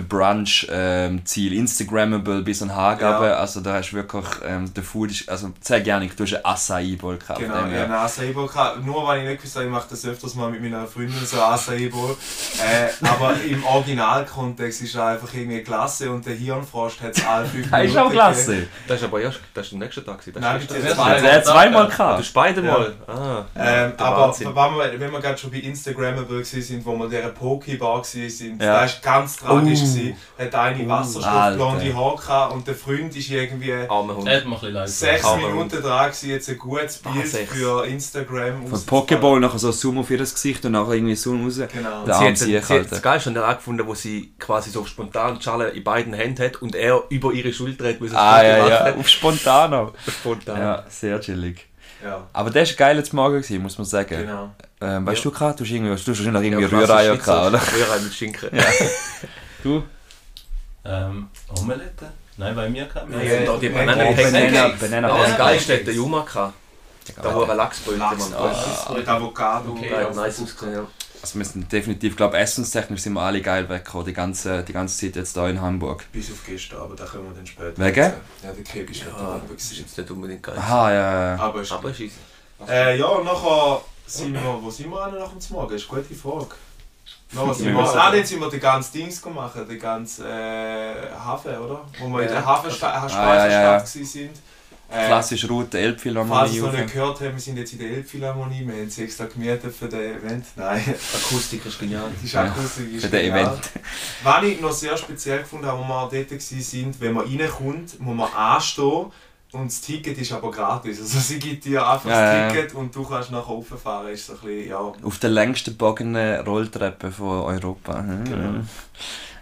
Speaker 5: Brunch-Ziel, Instagrammable bis an Haargabe,
Speaker 4: Ja.
Speaker 5: also da hast du wirklich, ähm, der Food ist, also sehr gerne, du hast einen Acai-Bowl gehabt.
Speaker 4: Genau,
Speaker 5: dem,
Speaker 4: ich habe
Speaker 5: ja.
Speaker 4: einen Acai-Bowl gehabt. Nur weil ich nicht gewusst habe, ich mache das öfters mal mit meiner Freundin, so Acai-Bowl. äh, aber im Originalkontext ist er einfach irgendwie klasse und der Hirnfrost hat es alle fünf
Speaker 5: Ah, ist auch klasse.
Speaker 6: Das ist aber erst, das ist am nächsten Tag. gewesen,
Speaker 4: Nein,
Speaker 6: Das ist
Speaker 4: das
Speaker 6: gestern.
Speaker 4: ist
Speaker 5: Also er hat zweimal
Speaker 6: Ah, du
Speaker 5: gehabt.
Speaker 6: hast beide mal. Ah,
Speaker 4: Ähm,
Speaker 6: der
Speaker 4: aber
Speaker 6: Wahnsinn.
Speaker 4: wenn wir, wenn wir gerade schon bei Instagrammable sind, wo wir dieser Pokebar waren,
Speaker 5: Ja.
Speaker 4: ja. das war ganz tragisch.
Speaker 5: Uh.
Speaker 4: gewesen. Hat eine wasserstoffblonde
Speaker 5: Alter.
Speaker 4: Haare gehabt und der Freund ist irgendwie
Speaker 6: Armer
Speaker 5: Äh,
Speaker 6: Hund.
Speaker 1: Er hat mir ein bisschen leid.
Speaker 4: sechs
Speaker 1: gemacht.
Speaker 6: Hammer.
Speaker 4: Minuten dran, gewesen, jetzt ein gutes
Speaker 6: Ah,
Speaker 4: Bild
Speaker 6: sechs.
Speaker 4: für Instagram.
Speaker 5: Von
Speaker 4: rauszufahren.
Speaker 5: Pokéball nachher so Zoom auf ihr Gesicht und nachher irgendwie Zoom raus.
Speaker 4: Genau.
Speaker 5: Der
Speaker 6: sie
Speaker 5: arme
Speaker 6: hat, sie
Speaker 5: Sieg,
Speaker 6: hat
Speaker 5: Alter.
Speaker 6: das Geilste an der angefunden, wo sie quasi so spontan die Schale in beiden Händen hat und er über ihre Schulter hat müssen.
Speaker 5: Ah
Speaker 6: das Foto
Speaker 5: ja, ja,
Speaker 6: machen.
Speaker 5: auf Spontano.
Speaker 6: Spontan.
Speaker 5: Ja, sehr chillig.
Speaker 4: Ja,
Speaker 5: Aber das war geil zum Morgen, gewesen, muss man sagen.
Speaker 4: genau.
Speaker 5: Ähm, weißt du gerade, du hast irgendwie, du hast wahrscheinlich
Speaker 6: Ja,
Speaker 5: irgendwie
Speaker 6: klassisch
Speaker 5: Rührei
Speaker 6: Schnitzel,
Speaker 5: gehabt, oder?
Speaker 6: Rührei mit Schinken.
Speaker 1: Ähm, Omelette? Nein, bei mir kam
Speaker 6: Ja,
Speaker 1: ja.
Speaker 6: und auch die
Speaker 4: Pancakes.
Speaker 6: Banana
Speaker 5: Banana-
Speaker 6: Pancakes.
Speaker 5: Banana
Speaker 6: Aber das
Speaker 1: Pancakes.
Speaker 6: Geilste hat der Juma gehabt. Da war ein Lachsbrötchen.
Speaker 4: Lachs,
Speaker 5: Ah.
Speaker 6: Mann.
Speaker 4: Lachs, mit Avocado.
Speaker 1: Okay.
Speaker 6: Ja, nice ausgesehen, ja.
Speaker 5: Also wir sind definitiv, glaube essenstechnisch sind wir alle geil weggekommen, die ganze, die ganze Zeit jetzt hier in Hamburg.
Speaker 4: Bis auf gestern, aber da können wir dann später.
Speaker 5: Wegen?
Speaker 4: erzählen. Ja, der Keg ist nicht da.
Speaker 6: Das ist jetzt nicht unbedingt geil.
Speaker 5: Aha, ja, ja.
Speaker 4: Aber ist
Speaker 6: Aber es ist
Speaker 4: Äh, ja, und nachher sind wir, wo sind wir an nach dem Morgen? Das ist eine gute Frage. Nachher sind wir, ah, jetzt sind wir die ganzen Dings gemacht, die ganzen äh, Hafen, oder? Wo wir in der Hafensta-
Speaker 5: Ah, ja, ja, ja.
Speaker 4: Speicherstadt gewesen sind. Äh,
Speaker 5: Klassische Route,
Speaker 4: falls ihr
Speaker 5: Elbphilharmonie.
Speaker 4: es noch nicht
Speaker 5: rauf.
Speaker 4: gehört habt, wir sind jetzt in der Elbphilharmonie, wir haben es extra gemietet für den Event. Nein,
Speaker 6: Akustik ist genial.
Speaker 4: das ist akustisch. ist
Speaker 5: für den
Speaker 4: genial.
Speaker 5: Event.
Speaker 4: Was ich noch sehr speziell gefunden habe, wo wir auch dort waren, wenn man reinkommt, muss man anstehen und das Ticket ist aber gratis. Also sie gibt dir einfach
Speaker 5: Ja, ja.
Speaker 4: das Ticket und du kannst nachher rauffahren. Ist so ein bisschen, ja,
Speaker 5: Auf der längsten bogenen Rolltreppe von Europa. Hm?
Speaker 4: Genau.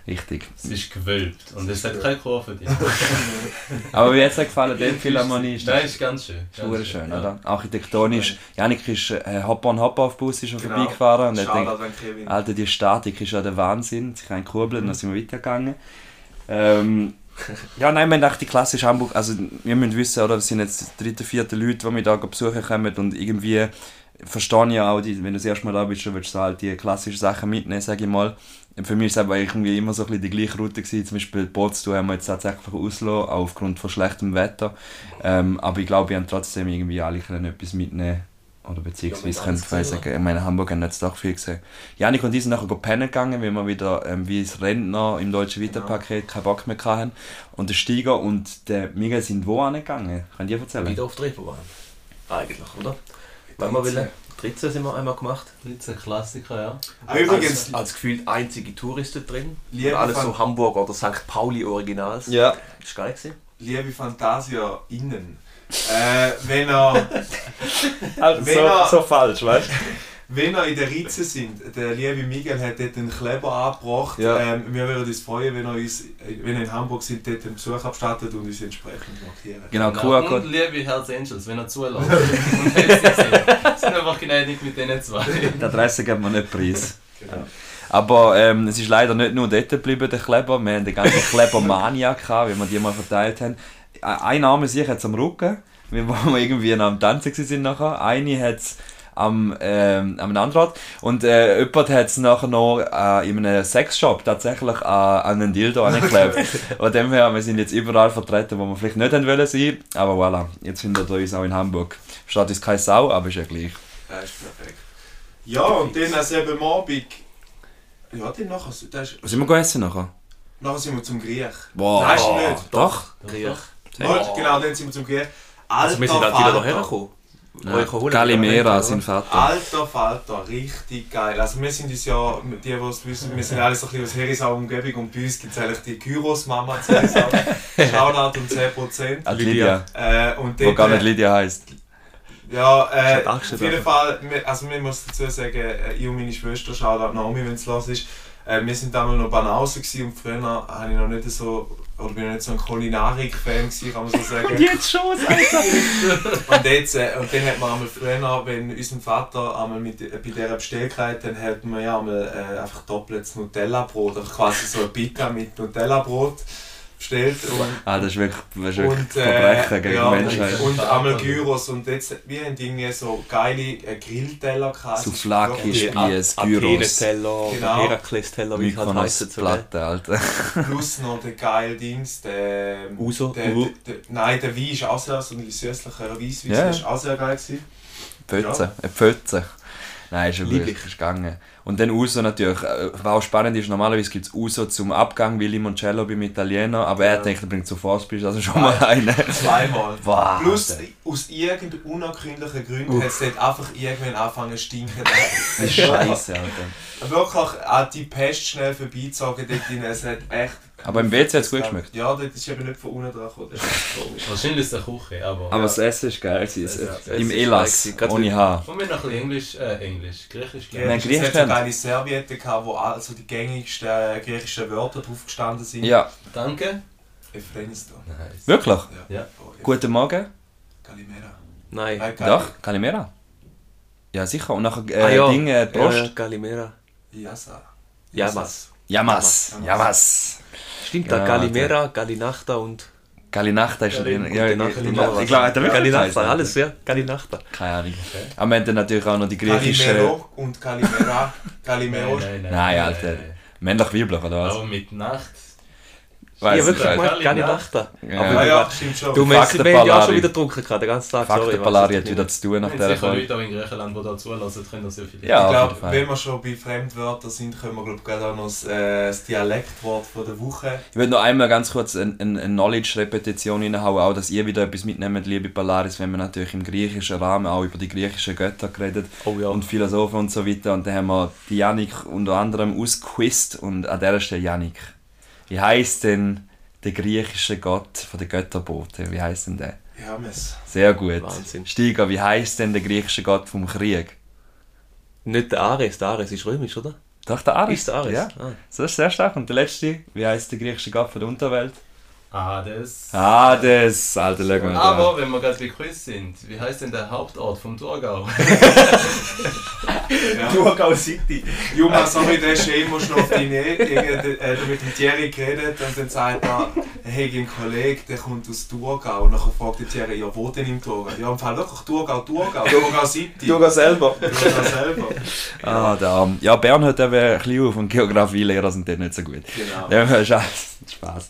Speaker 5: Richtig.
Speaker 1: Es ist gewölbt und es hat keine Kurve drin.
Speaker 5: Aber wie hat es dir gefallen, die Elbphilharmonie? Ist
Speaker 1: Nein, ist ganz schön.
Speaker 5: das ist schön,
Speaker 1: ja.
Speaker 5: oder? Architektonisch. Janik ist äh, Hopper und Hopper auf Bus ist schon
Speaker 4: Genau.
Speaker 5: vorbeigefahren und hat
Speaker 4: Shoutout an Kevin.
Speaker 5: Alter, die Statik ist ja der Wahnsinn. Sie kann kurbeln, dann sind wir weitergegangen. Ähm, ja, nein, wir haben echt die klassische Hamburg. Also, wir müssen wissen, oder? Es sind jetzt die dritte, vierte Leute, die wir da besuchen kommen. Und irgendwie verstehe ich ja auch, die, wenn du das erste Mal da bist, dann willst du so halt die klassischen Sachen mitnehmen, sage ich mal. Für mich war es aber irgendwie immer so ein bisschen die gleiche Route. Gewesen. Zum Beispiel Bootstour haben wir jetzt tatsächlich ausgelassen, auch aufgrund von schlechtem Wetter. Ähm, aber ich glaube, wir haben trotzdem irgendwie alle können etwas mitnehmen oder beziehungsweise
Speaker 1: Ja,
Speaker 5: können
Speaker 1: mit
Speaker 5: ich sagen, ich meine, Hamburg haben jetzt doch viel gesehen. Janik und ich sind nachher go pennen gegangen, weil wir wieder ähm, wie das Rentner im deutschen Winterpaket keinen Bock mehr hatten. Und der Steiger und der Miguel sind wo angegangen? Könnt ihr erzählen?
Speaker 6: Wieder auf die Reeperbahn. Eigentlich, oder? Wenn man will. Die Blitze sind wir einmal gemacht.
Speaker 1: Blitz, ein Klassiker, ja.
Speaker 4: Ah, Übrigens,
Speaker 5: genau.
Speaker 6: als, als gefühlt einzige Touristen drin.
Speaker 4: Liebe
Speaker 6: und alles
Speaker 4: Fan-
Speaker 6: so Hamburg oder St. Pauli Originals.
Speaker 5: Ja.
Speaker 6: Das war geil. Gewesen.
Speaker 4: liebe Fantasia innen, äh, wenn ihr
Speaker 5: Also,
Speaker 4: Wenn er-
Speaker 5: so, so falsch, weißt du?
Speaker 4: Wenn ihr in der Ritze sind, der liebe Miguel hat dort einen Kleber angebracht.
Speaker 5: Ja.
Speaker 4: Ähm, wir würden uns freuen, wenn ihr, uns, wenn ihr in Hamburg sind, dort einen Besuch abstattet und uns entsprechend markieren.
Speaker 5: Genau,
Speaker 1: und
Speaker 5: QR-Code.
Speaker 1: liebe Hells Angels, wenn er zulässt. Und jetzt nicht sehen. sind einfach gnädig mit denen zwei.
Speaker 5: Die Adresse geben wir nicht preis. Aber ähm, es ist leider nicht nur dort geblieben, der Kleber. Wir haben den ganzen Klebermania gehabt, wie wir die mal verteilt haben. Ä- Ein Name sich hat es am Rücken, wir waren irgendwie noch am Tanzen gewesen sind nachher. Eine hat es am, ähm, am Landrat und äh, jemand hat es nachher noch äh, in einem Sexshop tatsächlich äh, an einen Dildo angeklebt. Von dem her, wir sind jetzt überall vertreten, wo wir vielleicht nicht hätten wollen sein, aber voilà, jetzt findet ihr uns auch in Hamburg. Stadt ist keine Sau, aber ist ja gleich.
Speaker 4: Das ist perfekt. Ja, und dann also eben am Abend. Ja, dann nachher, das ist,
Speaker 5: Sind wir gehen essen nachher?
Speaker 4: nachher sind wir zum Griech.
Speaker 5: Wow.
Speaker 4: Nein, ist nicht.
Speaker 5: Doch.
Speaker 6: Riech.
Speaker 4: Not, genau, dann sind wir zum Griech. Alter,
Speaker 6: Also wir sind halt wieder hergekommen.
Speaker 5: Ja. Galimera, sein Vater.
Speaker 4: Alter Falter, richtig geil. Also wir sind uns ja, die, die es wissen, wir sind alle so ein bisschen aus Herisau Umgebung und bei uns gibt es eigentlich die Kyros-Mama zu Herisau. Shoutout um 10%.
Speaker 5: Ah, die Lydia,
Speaker 4: Äh, und
Speaker 5: wo
Speaker 4: dort,
Speaker 5: gar nicht Lydia heisst.
Speaker 4: Ja, äh,
Speaker 6: Statt Angst,
Speaker 4: auf jeden Fall, wir- also man muss dazu sagen, äh, ich und meine Schwester, Shoutout Naomi, wenn es los ist, äh, wir sind damals noch Banausen gewesen und früher habe ich noch nicht so, oder bin noch nicht so ein Kulinarik-Fan gewesen, kann man so sagen.
Speaker 5: Jetzt schon,
Speaker 4: Und, jetzt, äh, und dann hat man einmal früher, wenn unser Vater einmal mit, äh, bei dieser Bestellkeit, dann hat man ja einmal äh, einfach doppeltes Nutella-Brot, einfach quasi so eine Pita mit Nutella-Brot bestellt. Und,
Speaker 5: Ah, das ist wirklich, das ist wirklich
Speaker 4: und, äh,
Speaker 5: Verbrechen gegen
Speaker 4: ja,
Speaker 5: die Menschheit.
Speaker 4: Und, und einmal Gyros. Und jetzt, wir haben irgendwie so geile äh, Grillteller gehabt.
Speaker 5: Souvlaki,
Speaker 4: Das ist wirklich-
Speaker 5: Spieß, Gyros,
Speaker 6: Athene-Teller,
Speaker 4: Genau.
Speaker 6: Herakles-Teller, wie es halt heisst.
Speaker 4: ne?
Speaker 6: so, gell?
Speaker 5: Mykonos-Platte, Alter.
Speaker 4: Plus noch der geile Dings, der. ähm,
Speaker 6: Uso,
Speaker 4: Der, der,
Speaker 6: Uso.
Speaker 4: der, nein, der Wein ist auch sehr, so ein süßlicher Weißwein,
Speaker 5: Ja.
Speaker 4: das war auch sehr geil. Gewesen.
Speaker 5: Pfütze, eine Pfütze. Nein, ist ja wirklich
Speaker 6: Lieblich.
Speaker 5: ist gegangen. Und dann Uso natürlich. Äh, Was auch spannend ist, normalerweise gibt es Uso zum Abgang wie Limoncello beim Italiener, aber er denkt, er bringt sofort Bier, also schon mal einen.
Speaker 4: Zweimal.
Speaker 5: Wow.
Speaker 4: Plus, aus irgendeinem unerkündlichen Gründen hat es dort einfach irgendwann angefangen zu stinken.
Speaker 5: Das ist scheiße, Alter.
Speaker 4: Wirklich auch die Pest schnell vorbeizogen dort drin. Es hat echt.
Speaker 5: Aber im WC hat es gut geschmeckt.
Speaker 4: Ja, dort ist eben nicht von unten dran gekommen. Das ist komisch.
Speaker 1: Wahrscheinlich ist es eine Küche, aber...
Speaker 5: Aber das Essen ist geil. gewesen.
Speaker 1: Das
Speaker 5: Im
Speaker 6: ist
Speaker 5: Elas,
Speaker 6: geil gewesen.
Speaker 5: ohne Haar.
Speaker 1: Kommen wir noch ein bisschen Englisch, äh, Englisch, Griechisch,
Speaker 4: Ja, Äh,
Speaker 5: Nein,
Speaker 4: es hat so
Speaker 5: Griechenland.
Speaker 4: geile Servietten gehabt, wo also die gängigsten äh, griechischen Wörter drauf gestanden sind.
Speaker 5: Ja,
Speaker 1: Danke.
Speaker 4: Ephraimista.
Speaker 1: Nice.
Speaker 5: wirklich.
Speaker 1: Ja.
Speaker 4: Oh, ja.
Speaker 5: Guten Morgen.
Speaker 4: Galimera.
Speaker 6: Nein.
Speaker 4: Nein, Gal-
Speaker 5: Doch, Calimera. Ja, sicher. Und nachher äh,
Speaker 6: Ah, ja.
Speaker 5: Ding, äh,
Speaker 6: Ja, ja,
Speaker 5: Prost.
Speaker 6: Galimera.
Speaker 4: Yasa.
Speaker 6: Ja, was?
Speaker 5: Jamas. Jamas.
Speaker 6: Stimmt,
Speaker 5: Ja,
Speaker 6: da Galimera, Galinachta und
Speaker 5: Galinachta ist ja drin. Ja,
Speaker 6: Gute
Speaker 5: ich
Speaker 6: Nacht.
Speaker 5: glaube, ich glaube, hat er wirklich
Speaker 6: Galinachta,
Speaker 5: gesagt.
Speaker 6: alles, ja. Galinachta.
Speaker 5: Keine Ahnung. Aber wir haben dann natürlich auch noch die griechische.
Speaker 4: Galimero und Galimera. Galimero.
Speaker 5: Nein, Alter. Männlich-weiblich, oder was?
Speaker 1: Aber mit Nacht.
Speaker 5: Weiß
Speaker 6: ja, wirklich,
Speaker 5: nicht.
Speaker 6: gemacht, Galinachta.
Speaker 5: Ja.
Speaker 4: Ah ja, stimmt schon.
Speaker 6: Du, wir
Speaker 5: Fakten
Speaker 6: wir haben ja auch schon
Speaker 5: Pallari.
Speaker 6: wieder getrunken, gehabt, den ganzen Tag. sorry,
Speaker 5: Fakten
Speaker 6: ich weiß
Speaker 5: Palari
Speaker 6: es
Speaker 5: hat
Speaker 6: nicht
Speaker 5: wieder zu tun nach
Speaker 1: Es sind
Speaker 5: dieser
Speaker 1: sicher
Speaker 5: Folge.
Speaker 1: Leute auch in Griechenland, die da zulassen, können das ja vielleicht.
Speaker 5: Ja,
Speaker 4: ich
Speaker 5: auf
Speaker 4: glaube,
Speaker 5: jeden Fall.
Speaker 4: wenn wir schon bei Fremdwörtern sind, können wir glaub, gerade auch noch das, äh, das Dialektwort von der Woche.
Speaker 5: Ich würde noch einmal ganz kurz eine ein, ein Knowledge-Repetition reinhauen, auch dass ihr wieder etwas mitnehmt, liebe Polaris, wenn wir natürlich im griechischen Rahmen auch über die griechischen Götter geredet
Speaker 6: Oh ja.
Speaker 5: und Philosophen und so weiter. Und dann haben wir die Janik unter anderem ausgequizt und an dieser Stelle Janik. Wie heisst denn der griechische Gott von den Götterboten? Wie heisst denn der?
Speaker 4: Hermes.
Speaker 5: Sehr gut.
Speaker 6: Wahnsinn.
Speaker 5: Steiger, wie heisst denn der griechische Gott vom Krieg?
Speaker 6: Nicht der Ares, der Ares ist römisch, oder?
Speaker 5: Doch, der Ares.
Speaker 6: Ist der Ares?
Speaker 5: Ja.
Speaker 6: Ah.
Speaker 5: Das ist sehr stark. Und der letzte, wie heisst der griechische Gott von der Unterwelt?
Speaker 1: Ah, das.
Speaker 5: Hades. Alter, schau mal. da.
Speaker 1: Aber wenn wir gerade bei Quiz sind, wie heißt denn der Hauptort vom Thurgau?
Speaker 4: Thurgau City. Junge, sorry, der ist eh immer schon auf die Nähe. Ich habe äh, mit dem Thierry geredet und dann sagt er, hey, ein Kollege, der kommt aus Thurgau. Und dann fragt der Thierry, ja, wo denn im Thurgau? Ja, im Fall wirklich Thurgau, Thurgau, Thurgau City. Thurgau
Speaker 5: selber.
Speaker 4: selber.
Speaker 5: Ah, der Arm. Ja, Bern hört eben ein bisschen auf und Geografielehrer sind dort nicht so gut.
Speaker 4: Genau.
Speaker 5: Ja, ist alles Spaß.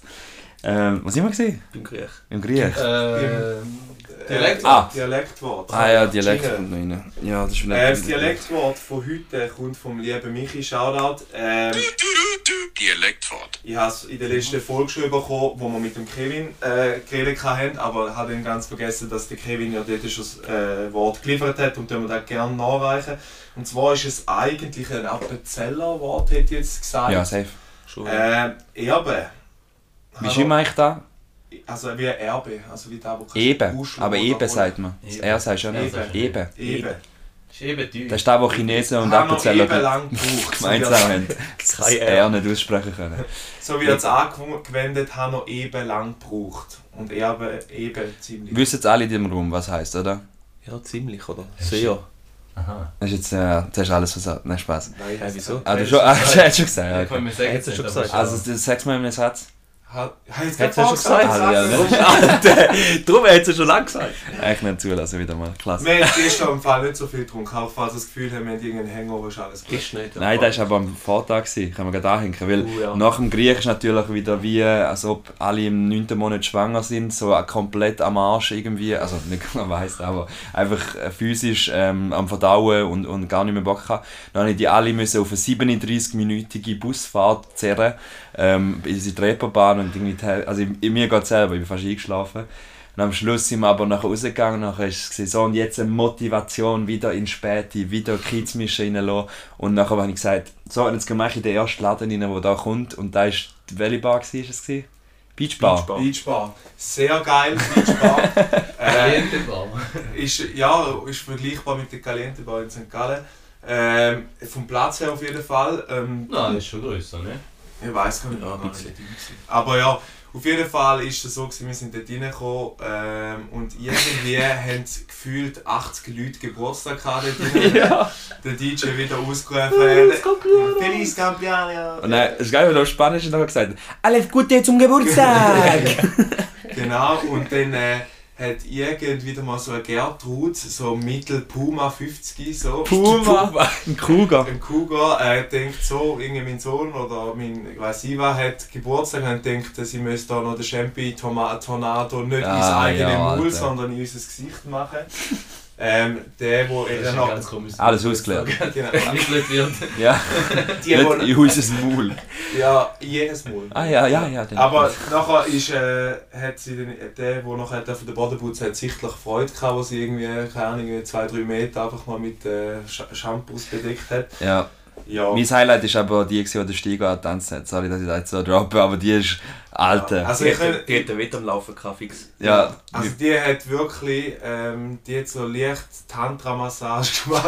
Speaker 5: Ähm, was sind wir gesehen?
Speaker 6: Beim Griech.
Speaker 5: Im Griech?
Speaker 1: ähm, Dialekt.
Speaker 5: Ah.
Speaker 4: Äh, Dialektwort.
Speaker 5: Ah ja, Dialekt
Speaker 4: Jingle.
Speaker 5: kommt noch rein. Ja, das ist
Speaker 4: Äh, das Dialektwort von heute kommt vom lieben Michi, Shoutout. Ähm,
Speaker 2: Du, du, du, mit Dialekt fort.
Speaker 4: Ich habe es in der letzten Folge schon bekommen, wo wir mit dem Kevin äh, geredet haben, aber habe dann ganz vergessen, dass der Kevin ja dort schon das äh, Wort geliefert hat und können wir das gerne nachreichen. Und zwar ist es eigentlich ein Appenzeller-Wort, hätte ich jetzt gesagt.
Speaker 5: Ja, safe.
Speaker 6: Schon.
Speaker 4: Äh, Erbe.
Speaker 5: Wie schreibt man eigentlich da?
Speaker 4: Also wie ein Erbe, also wie da, wo kannst du
Speaker 5: Eben.
Speaker 4: ausschlagen
Speaker 5: Aber
Speaker 4: oder
Speaker 5: eben
Speaker 4: holen.
Speaker 5: sagt man. Das
Speaker 1: Eben.
Speaker 5: R sagst du ja nicht.
Speaker 4: Eben.
Speaker 5: Eben.
Speaker 4: Eben.
Speaker 1: Ist eben teuer.
Speaker 5: Das ist das, was Chinesen
Speaker 4: Haben
Speaker 5: und
Speaker 4: wir eben
Speaker 5: Appenzeller
Speaker 4: lang gebraucht. so
Speaker 5: gemeinsam
Speaker 4: wie-
Speaker 5: haben. Das R nicht aussprechen können.
Speaker 4: So wie er es angewendet hat, noch eben lang gebraucht. Und Erbe eben ziemlich.
Speaker 5: Wissen jetzt alle in diesem Raum, was heisst, oder?
Speaker 6: Ja, ziemlich, oder? Sehr.
Speaker 1: Aha.
Speaker 5: Das ist jetzt äh, das ist alles versagt. Nein, Spaß.
Speaker 4: Nein,
Speaker 6: Hä, wieso?
Speaker 5: Ah, du schon, ah, du hast schon gesagt. ja,
Speaker 1: Ja, kann
Speaker 5: Okay.
Speaker 1: man sagen,
Speaker 6: Hättest du schon
Speaker 1: aber
Speaker 6: gesagt.
Speaker 5: Also, das sagst du mal in einem Satz.
Speaker 4: Hat, hat jetzt
Speaker 6: Hättest
Speaker 4: gerade
Speaker 6: du schon
Speaker 4: vorgesagt.
Speaker 6: gesagt?
Speaker 5: Also, ja, ne?
Speaker 6: Darum hat es schon lange gesagt.
Speaker 5: Eigentlich nicht zulassen, wieder mal. Klasse.
Speaker 4: Wir haben gestern im Fall nicht so viel getrunken, auch falls wir das Gefühl haben, wir haben irgendeinen Hangover, ist alles gut.
Speaker 6: Ist nicht.
Speaker 5: Nein, das war aber am Vortag, gewesen. kann man gerade anhängen. Weil
Speaker 6: Uh, ja.
Speaker 5: nach dem Griech ist natürlich wieder wie, als ob alle im 9. Monat schwanger sind, so komplett am Arsch irgendwie. Also nicht man weiß aber einfach äh, physisch ähm, am Verdauen und, und gar nicht mehr Bock haben. Dann musste die alle müssen auf eine 37-minütige Busfahrt zerren, ähm, in die Treppenbahn und irgendwie, die Hel- also in, in mir geht selber, ich bin fast eingeschlafen. Und am Schluss sind wir aber nachher rausgegangen, nachher ist es gewesen, so, und jetzt eine Motivation, wieder in Späti, wieder Kids mischen reinlassen. Und nachher habe ich gesagt, so, und jetzt gehen wir eigentlich in den ersten Laden rein, der da kommt. Und da ist, welche Bar war es? Gewesen? Beach Bar.
Speaker 6: Beach Bar.
Speaker 4: Beachbar. Sehr geil, Beachbar. äh,
Speaker 1: Orientenbaum.
Speaker 4: ist, ja, ist vergleichbar mit der Caliente Bar in St. Gallen. Ähm, vom Platz her auf jeden Fall. Ähm,
Speaker 1: Nein, das ist schon grösser, ne?
Speaker 4: Ich weiß gar nicht.
Speaker 1: Ja, ein
Speaker 4: wie man
Speaker 1: bisschen.
Speaker 4: das- Aber ja, auf jeden Fall ist es so, gewesen, wir sind dort reingekommen ähm, und irgendwie haben gefühlt 80 Leute Geburtstag gehabt dort drin. Der DJ wieder ausgerufen. Feliz Campiano!
Speaker 5: Und dann, das ist geil, weil du auf Spanisch nachher gesagt hast, alles Gute zum Geburtstag!
Speaker 4: Genau, und dann äh, hat irgendwie mal so ein Gertrud, so Mittel Puma 50, so.
Speaker 5: Puma! Ein Kruger.
Speaker 4: Ein Kuga, er denkt so, irgendwie mein Sohn oder mein, ich weiss ich was, hat Geburtstag und denkt, sie müssen da noch den Champi Toma- Tornado nicht ins
Speaker 5: Ah,
Speaker 4: eigene
Speaker 5: ja,
Speaker 4: Maul,
Speaker 5: Alter.
Speaker 4: sondern in unser Gesicht machen. ähm, der, wo
Speaker 1: Das
Speaker 4: er
Speaker 1: ist ein
Speaker 4: dann noch,
Speaker 1: ganz komisches
Speaker 5: Alles ausgelernt.
Speaker 4: genau,
Speaker 1: Entwickelt wird.
Speaker 5: Ja,
Speaker 4: die,
Speaker 5: nicht
Speaker 4: wo,
Speaker 5: in unser Maul.
Speaker 4: ja, jedes Maul.
Speaker 5: Ah ja, ja, ja. den-
Speaker 4: Aber nachher ist, äh, hat sie den, der, der nachher auf den Boden putzt, hat sichtlich Freude gehabt, wo sie irgendwie, keine Ahnung, irgendwie zwei, drei Meter einfach mal mit äh, Sch Shampoos bedeckt hat.
Speaker 5: Ja.
Speaker 4: Ja.
Speaker 5: Mein Highlight war aber die, gewesen, die der Stigo getanzt hat. Sorry, dass ich da jetzt so droppe, aber die ist... Alter.
Speaker 4: Also
Speaker 6: Die
Speaker 4: ich,
Speaker 6: hat die hat den Wett am Laufen gehabt, fix.
Speaker 5: Ja,
Speaker 4: Also die hat wirklich, ähm, die hat so leicht Tantra-Massage gemacht.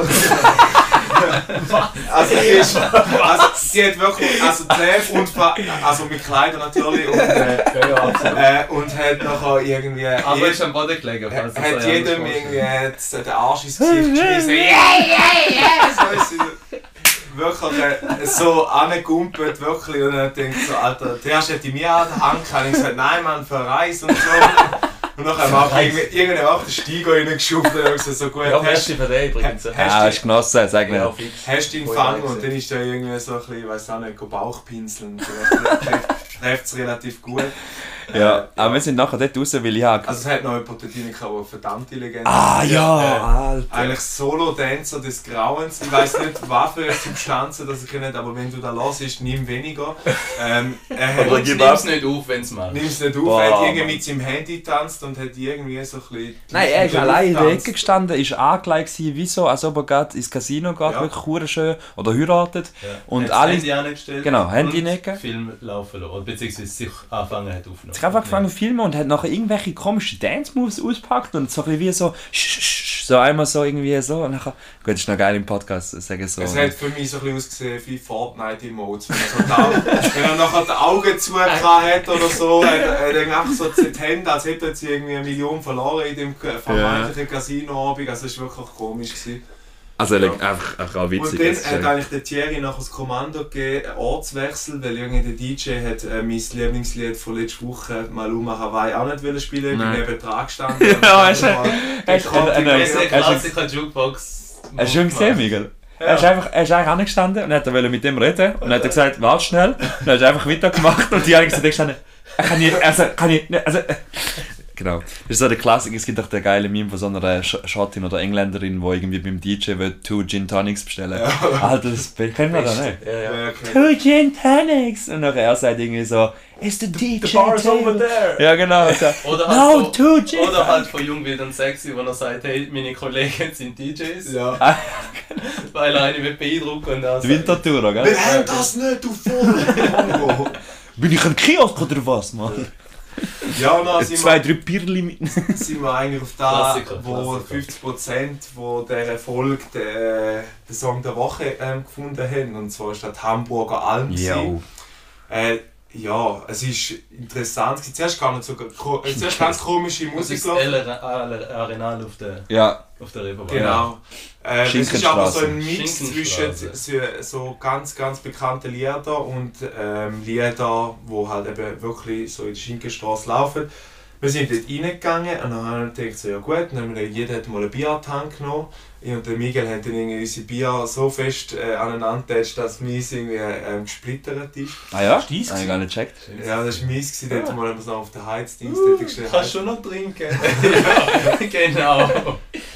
Speaker 4: also, die ist, also die hat wirklich, also Zähne und Fa- also mit Kleidern natürlich und, äh, äh, und hat nachher irgendwie,
Speaker 1: Aber
Speaker 4: je-
Speaker 1: ist am Boden gelegen. falls
Speaker 4: hat,
Speaker 1: das so
Speaker 4: hat
Speaker 1: jemand
Speaker 4: jedem
Speaker 1: vorstellt.
Speaker 4: irgendwie äh, den Arsch ins Gesicht geschmissen. Yeah, yeah, yeah! So ist sie wirklich äh, so angegumpelt, wirklich. Und dann denkt so, Alter, zuerst hätte ich mir an den Hand gehabt. Ich gesagt, nein, Mann, verreis und so. Und nachher habe ich irgendwie- irgendwann auch den Steiger reingeschoben und hab gesagt, so gut,
Speaker 6: Ja,
Speaker 4: hast,
Speaker 6: merci für den übrigens.
Speaker 4: hast,
Speaker 5: ja, Ah, hast du
Speaker 4: hast,
Speaker 5: genossen, sag mir.
Speaker 6: Ja, fix.
Speaker 4: hast du ihn
Speaker 6: Voll
Speaker 4: gefangen
Speaker 6: nice.
Speaker 4: und dann ist er irgendwie so ein bisschen, ich weiss auch nicht, go Bauchpinseln. Vielleicht trifft es relativ gut.
Speaker 5: Ja, aber wir sind nachher dort raus, weil ich habe...
Speaker 4: Also es hat noch jemand dort rein, gehabt, der eine verdammte Legende
Speaker 5: ah
Speaker 4: ist.
Speaker 5: ja, Alter.
Speaker 4: Eigentlich Solo-Dancer des Grauens. Ich weiß nicht, was für Substanzen das ich nicht, aber wenn du da hörst, nimm weniger. Ähm, er
Speaker 1: Aber
Speaker 4: hat,
Speaker 1: ich nehme es nicht auf, wenn es macht.
Speaker 4: nimm es nicht auf,
Speaker 5: Boah,
Speaker 4: er hat irgendwie
Speaker 5: Mann.
Speaker 4: mit seinem Handy getanzt und hat irgendwie so ein bisschen.
Speaker 5: Nein, er ist
Speaker 4: mit der
Speaker 5: allein in der
Speaker 4: Luft
Speaker 5: Ecke gestanden, ist angelegt gewesen, wie so, als ob er gerade ins Casino geht,
Speaker 4: Ja.
Speaker 5: wirklich hure schön, oder heiratet.
Speaker 1: Ja.
Speaker 5: Und
Speaker 1: Hat's
Speaker 5: alle...
Speaker 1: Handy angestellt.
Speaker 5: Genau, Handy
Speaker 1: und
Speaker 5: reingegangen.
Speaker 1: Film laufen lassen. Oder Beziehungsweise sich anfangen hat aufzunehmen.
Speaker 5: Ich habe angefangen zu filmen und hat nachher irgendwelche komischen Dance-Moves auspackt und so ein bisschen wie so... sch- sch- sch- So einmal so irgendwie so und nachher... Gut, das ist noch geil im Podcast, sagen so.
Speaker 4: Es hat für mich so ein bisschen ausgesehen wie Fortnite-Emotes. Wenn, er so die Augen- wenn er nachher die Augen zu hat oder so, hat er hat er einfach so die Hände, als hätte er jetzt irgendwie eine Million verloren in dem vermeintlichen Casino-Abend. Also es war wirklich komisch. Gewesen.
Speaker 5: Also
Speaker 4: Ja.
Speaker 5: einfach, einfach auch
Speaker 4: Und dann hat eigentlich der Thierry nachher das Kommando gegeben, einen Ortswechsel, weil irgendwie der DJ hat äh, mein Lieblingslied von letzter Woche, Maluma Hawaii, auch nicht wollen spielen. Ich bin
Speaker 5: Nein.
Speaker 4: neben dran gestanden.
Speaker 5: Ja, hast du- äh, hast du-
Speaker 1: Das ist
Speaker 5: Hast
Speaker 1: ein
Speaker 5: du-
Speaker 1: Klassiker Jukebox.
Speaker 5: Hast du schon gesehen, Miguel? Er, ist einfach, er ist eigentlich angestanden und hat er wollte mit dem reden und dann hat er gesagt, warte schnell. Und dann hat er einfach weitergemacht und die haben gesagt, ich kann nicht, also, kann ich, nicht, also, äh, Genau. Das ist so der Klassiker. Es gibt auch den geilen Meme von so einer Sch- Schottin oder Engländerin, die irgendwie beim DJ will two Gin Tonics bestellen. Alter, das be- kennen wir doch nicht.
Speaker 6: Ja, ja.
Speaker 5: Two Gin Tonics! Und nachher er sagt irgendwie so, it's the DJ.
Speaker 4: The bar is over
Speaker 5: table."
Speaker 4: there!
Speaker 5: Ja, genau. So,
Speaker 1: Oder halt,
Speaker 5: no, two
Speaker 1: von,
Speaker 5: Gin
Speaker 1: oder halt von Jung wird dann sexy, wenn er sagt, hey, meine Kollegen sind DJs,
Speaker 4: Ja.
Speaker 5: Ah,
Speaker 1: weil er einen will beeindrucken und dann
Speaker 5: Die Wintertour, gell?
Speaker 4: Wir haben das nicht, du Voll!
Speaker 5: Bin ich ein Kiosk oder was, Mann?
Speaker 4: ja, und dann sind
Speaker 5: Zwei,
Speaker 4: wir,
Speaker 5: drei Bierli mit.
Speaker 4: sind wir eigentlich auf da,
Speaker 1: Klassiker,
Speaker 4: wo
Speaker 1: Klassiker.
Speaker 4: 50% wo der Erfolg den, den Song der Woche ähm, gefunden haben. Und zwar ist das Hamburger Alm. gewesen. Äh, ja, es ist interessant. gewesen. Zuerst gar nicht so ko- äh, zuerst ganz komische
Speaker 1: Das
Speaker 4: Musik
Speaker 1: ist
Speaker 4: gelaufen.
Speaker 1: El Ar- Arenal auf der,
Speaker 5: Ja,
Speaker 1: auf der Reeperbahn.
Speaker 4: Genau. Äh, es ist aber so ein Mix zwischen
Speaker 1: Schinkenstraße.
Speaker 4: so, so ganz, ganz bekannten Lieder und ähm, Lieder, wo halt eben wirklich so in der Schinkenstraße laufen. Wir sind dort reingegangen und dann haben wir gedacht, so, ja gut, dann haben wir, jeder hat mal einen Biertank genommen. Ich und der Miguel haben dann irgendwie unsere Bier so fest äh, aneinander getatscht, dass meins irgendwie ähm, gesplittert ist.
Speaker 5: ah ja?
Speaker 4: Ist dies
Speaker 5: Habe ich gar nicht gecheckt.
Speaker 4: Ja, das war meins, gewesen, dort mal haben wir es noch auf den Heizdienst uh, gestellt.
Speaker 1: Ah. Kannst schon noch trinken. ja, genau.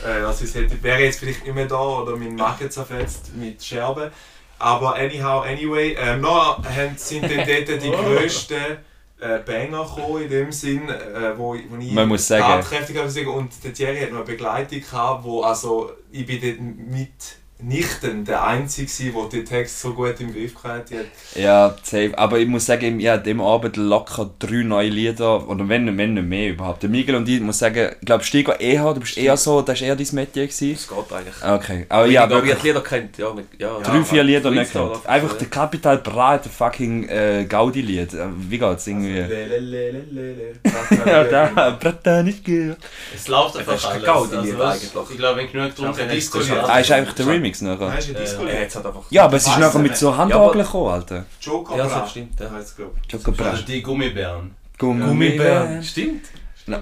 Speaker 4: Äh, also es hätte, wäre jetzt vielleicht nicht mehr da oder mein Magen zerfetzt mit Scherben. Aber anyhow, anyway, ähm, noch haben, sind dann dort die grössten äh, Banger gekommen, in dem Sinn, äh, wo, ich- wo ich
Speaker 5: Man muss sagen.
Speaker 4: tatkräftig habe sagen. Und der Thierry hat noch eine Begleitung gehabt, wo also, ich bin dort mitnichten der Einzige war, der den Text so gut im Griff gehabt hat.
Speaker 5: Ja, safe. Aber ich muss sagen, ich habe dem Abend locker drei neue Lieder, oder wenn, wenn nicht mehr überhaupt. Der Miguel und ich, muss sagen, ich glaube, Stigo eher, eh du bist eher so, das war eher dein Metier. Gewesen.
Speaker 6: Das geht eigentlich.
Speaker 5: Okay, aber
Speaker 6: Wenn
Speaker 5: ja,
Speaker 6: ich wirklich
Speaker 5: wirklich,
Speaker 6: die Lieder kennt, ja. Mit, ja
Speaker 5: drei, vier Lieder nicht
Speaker 6: Freestyle,
Speaker 5: kennt. Einfach
Speaker 6: ja.
Speaker 5: der Capital Bra hat ein fucking äh, Gaudi-Lied. Äh, Wie geht's irgendwie? Ja, da, Brata nicht gehört.
Speaker 1: Es
Speaker 6: Das
Speaker 1: läuft einfach
Speaker 6: ist
Speaker 1: alles. Also
Speaker 6: kein Gaudi, die
Speaker 1: weißt,
Speaker 6: eigentlich.
Speaker 1: ich glaube, wenn genug getrunken
Speaker 6: Das ist
Speaker 1: hättest,
Speaker 6: einfach
Speaker 1: kannst du
Speaker 6: Disco-
Speaker 5: Ah,
Speaker 1: alles-
Speaker 5: ist einfach der Remix nachher.
Speaker 4: Weißt du, die Disco
Speaker 6: Er hat halt einfach.
Speaker 5: Ja, aber es ist
Speaker 4: Weiss
Speaker 5: nachher
Speaker 4: ich
Speaker 5: mit
Speaker 4: nicht.
Speaker 5: so Handhageln gekommen, Alter.
Speaker 4: Joker
Speaker 6: Ja,
Speaker 4: Bra.
Speaker 6: das stimmt, ja.
Speaker 4: Heisst, glaub
Speaker 5: Choco Bra.
Speaker 1: Oder die Gummibären.
Speaker 5: Gummibär.
Speaker 6: Stimmt.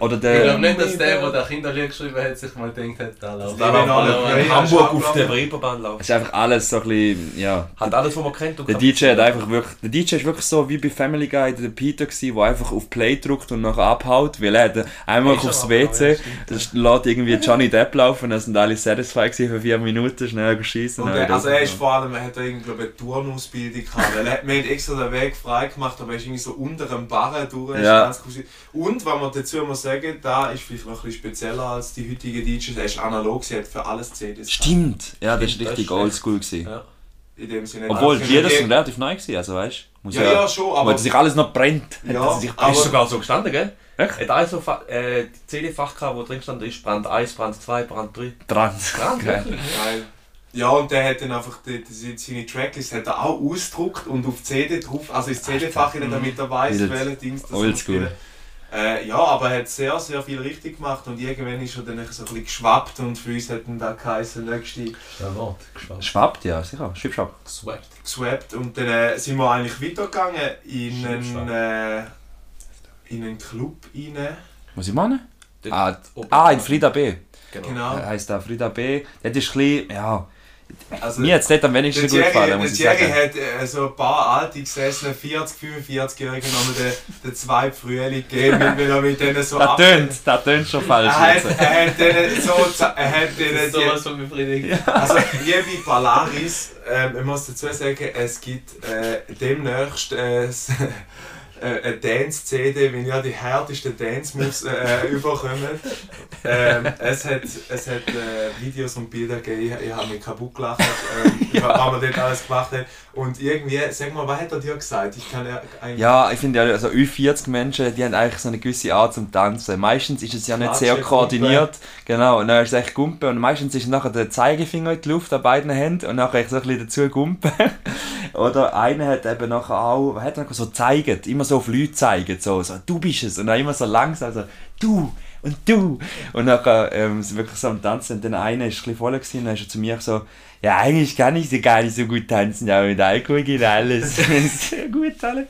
Speaker 5: Oder
Speaker 1: Ich glaube
Speaker 5: der...
Speaker 1: nicht, dass der, der das Kinderlied geschrieben hat, sich mal gedacht hat, da läuft
Speaker 4: lieben alle
Speaker 1: alles.
Speaker 4: Player.
Speaker 6: Hamburg auf
Speaker 4: Schaublatt.
Speaker 6: der Reeperbahn laufen.
Speaker 5: Es ist einfach alles so ein bisschen, ja...
Speaker 6: Hat alles, was man kennt. und
Speaker 5: Der
Speaker 6: kann-
Speaker 5: DJ hat einfach wirklich, der DJ ist wirklich so wie bei Family Guy, der Peter gsi, der einfach auf Play drückt und nachher abhaut, weil er hat einmal
Speaker 6: Ist
Speaker 5: aufs
Speaker 6: schon
Speaker 5: WC, dann lässt irgendwie Johnny Depp laufen, dann sind alle satisfied gewesen für vier Minuten, schnell geschießen.
Speaker 4: Und er, also er ist vor allem, er hat da irgendwie eine Turnausbildung gehabt. weil er hat mir halt extra den Weg frei gemacht, aber er ist irgendwie so unter dem Barren durch. ist
Speaker 5: Ja.
Speaker 4: ganz cool gewesen. Und was man dazu muss sagen, da ist vielleicht noch ein bisschen spezieller als die heutigen DJs. Er ist analog, sie hat für alles CDs. gehabt.
Speaker 5: Stimmt, ja, das ist
Speaker 6: Stimmt, das
Speaker 5: richtig
Speaker 6: ist echt-
Speaker 5: oldschool gewesen.
Speaker 6: Ja.
Speaker 4: In dem Sinne.
Speaker 5: Obwohl,
Speaker 4: Also,
Speaker 5: die Lieder
Speaker 4: die-
Speaker 5: sind relativ neu gewesen, also weißt du.
Speaker 4: Ja, ja, schon, aber-
Speaker 5: Weil sich alles noch brennt.
Speaker 4: Ja,
Speaker 5: hat er sich
Speaker 6: ist
Speaker 4: aber,
Speaker 6: sogar so gestanden, gell?
Speaker 5: Echt?
Speaker 6: Hat alles so Fa- äh, die CD-Fach gehabt, wo drin stand, ist Brand 1, Brand 2, Brand 3.
Speaker 5: dran.
Speaker 6: Brand,
Speaker 5: Geil.
Speaker 4: Geil. ja, und der hat dann einfach die, die, seine Tracklist hat er auch ausgedruckt und auf CD drauf, also ins CD-Fach, hinein, damit er weiß,
Speaker 5: Wild.
Speaker 4: welche Dings das
Speaker 5: Oldschool.
Speaker 4: spielen. Äh, ja, aber er hat sehr, sehr viel richtig gemacht und irgendwann ist er dann so ein bisschen geschwappt und für uns hat dann da geheißen, nächste
Speaker 1: Der Wort, geschwappt.
Speaker 5: Schwappt, ja, sicher. Schwip, schwapp.
Speaker 1: Swept.
Speaker 4: geswappt und dann äh, sind wir eigentlich weitergegangen in einen,
Speaker 1: Schwab.
Speaker 4: äh, in einen Club rein.
Speaker 5: Was ich meine?
Speaker 6: Der-
Speaker 5: Ah,
Speaker 6: Ober-
Speaker 5: ah, in Frida B.
Speaker 6: Genau.
Speaker 4: Genau.
Speaker 5: Äh, Heißt da Frida B. Das ist ein bisschen, ja.
Speaker 4: Also,
Speaker 5: Mir hat es dort am wenigsten
Speaker 4: der
Speaker 5: gut gefallen,
Speaker 4: Thierry,
Speaker 5: muss
Speaker 4: der
Speaker 5: ich
Speaker 4: Thierry
Speaker 5: sagen.
Speaker 4: hat äh, so ein paar alte gesessene 40, 45-Jährige nochmal den, den zwei Frühling gegeben, weil er mit denen so
Speaker 5: Das
Speaker 4: ab-
Speaker 5: tönt, das tönt schon falsch.
Speaker 4: Er hat,
Speaker 5: jetzt.
Speaker 4: er hat denen so, er hat
Speaker 1: Das
Speaker 4: denen
Speaker 1: ist
Speaker 4: die,
Speaker 1: sowas von befriedigend.
Speaker 4: Also, liebe Polaris, ähm, ich muss dazu sagen, es gibt äh, demnächst äh, s- äh, eine Dance-CD, wenn ja die härtesten Dance-Moves äh, äh, überkommen. Ähm, es hat, es hat äh, Videos und Bilder gegeben, ich, ich habe mich kaputt gelacht, ähm, was man dort alles gemacht hat. Und irgendwie, sag mal, was hat er dir gesagt? Ich kann ja eigentlich.
Speaker 5: Ja, ich finde ja, also U40 Menschen, die haben eigentlich so eine gewisse Art zum Tanzen. Meistens ist es ja nicht
Speaker 4: Klatsche,
Speaker 5: sehr koordiniert. Genau, und dann ist es echt Gumpen. Und meistens ist nachher der Zeigefinger in die Luft an beiden Händen und nachher so ein bisschen dazu Gumpen. Oder einer hat eben nachher auch, was hat er noch, so zeigend, immer so auf Leute zeigend, so, so, du bist es. Und dann immer so langsam, so, du und du. Und nachher ähm, sind wirklich so am Tanzen. Und dann einer ist ein bisschen voll gewesen, und dann ist er zu mir so, ja, eigentlich kann ich sie gar nicht so gut tanzen, aber mit Alkohol geht alles. sehr gut alle.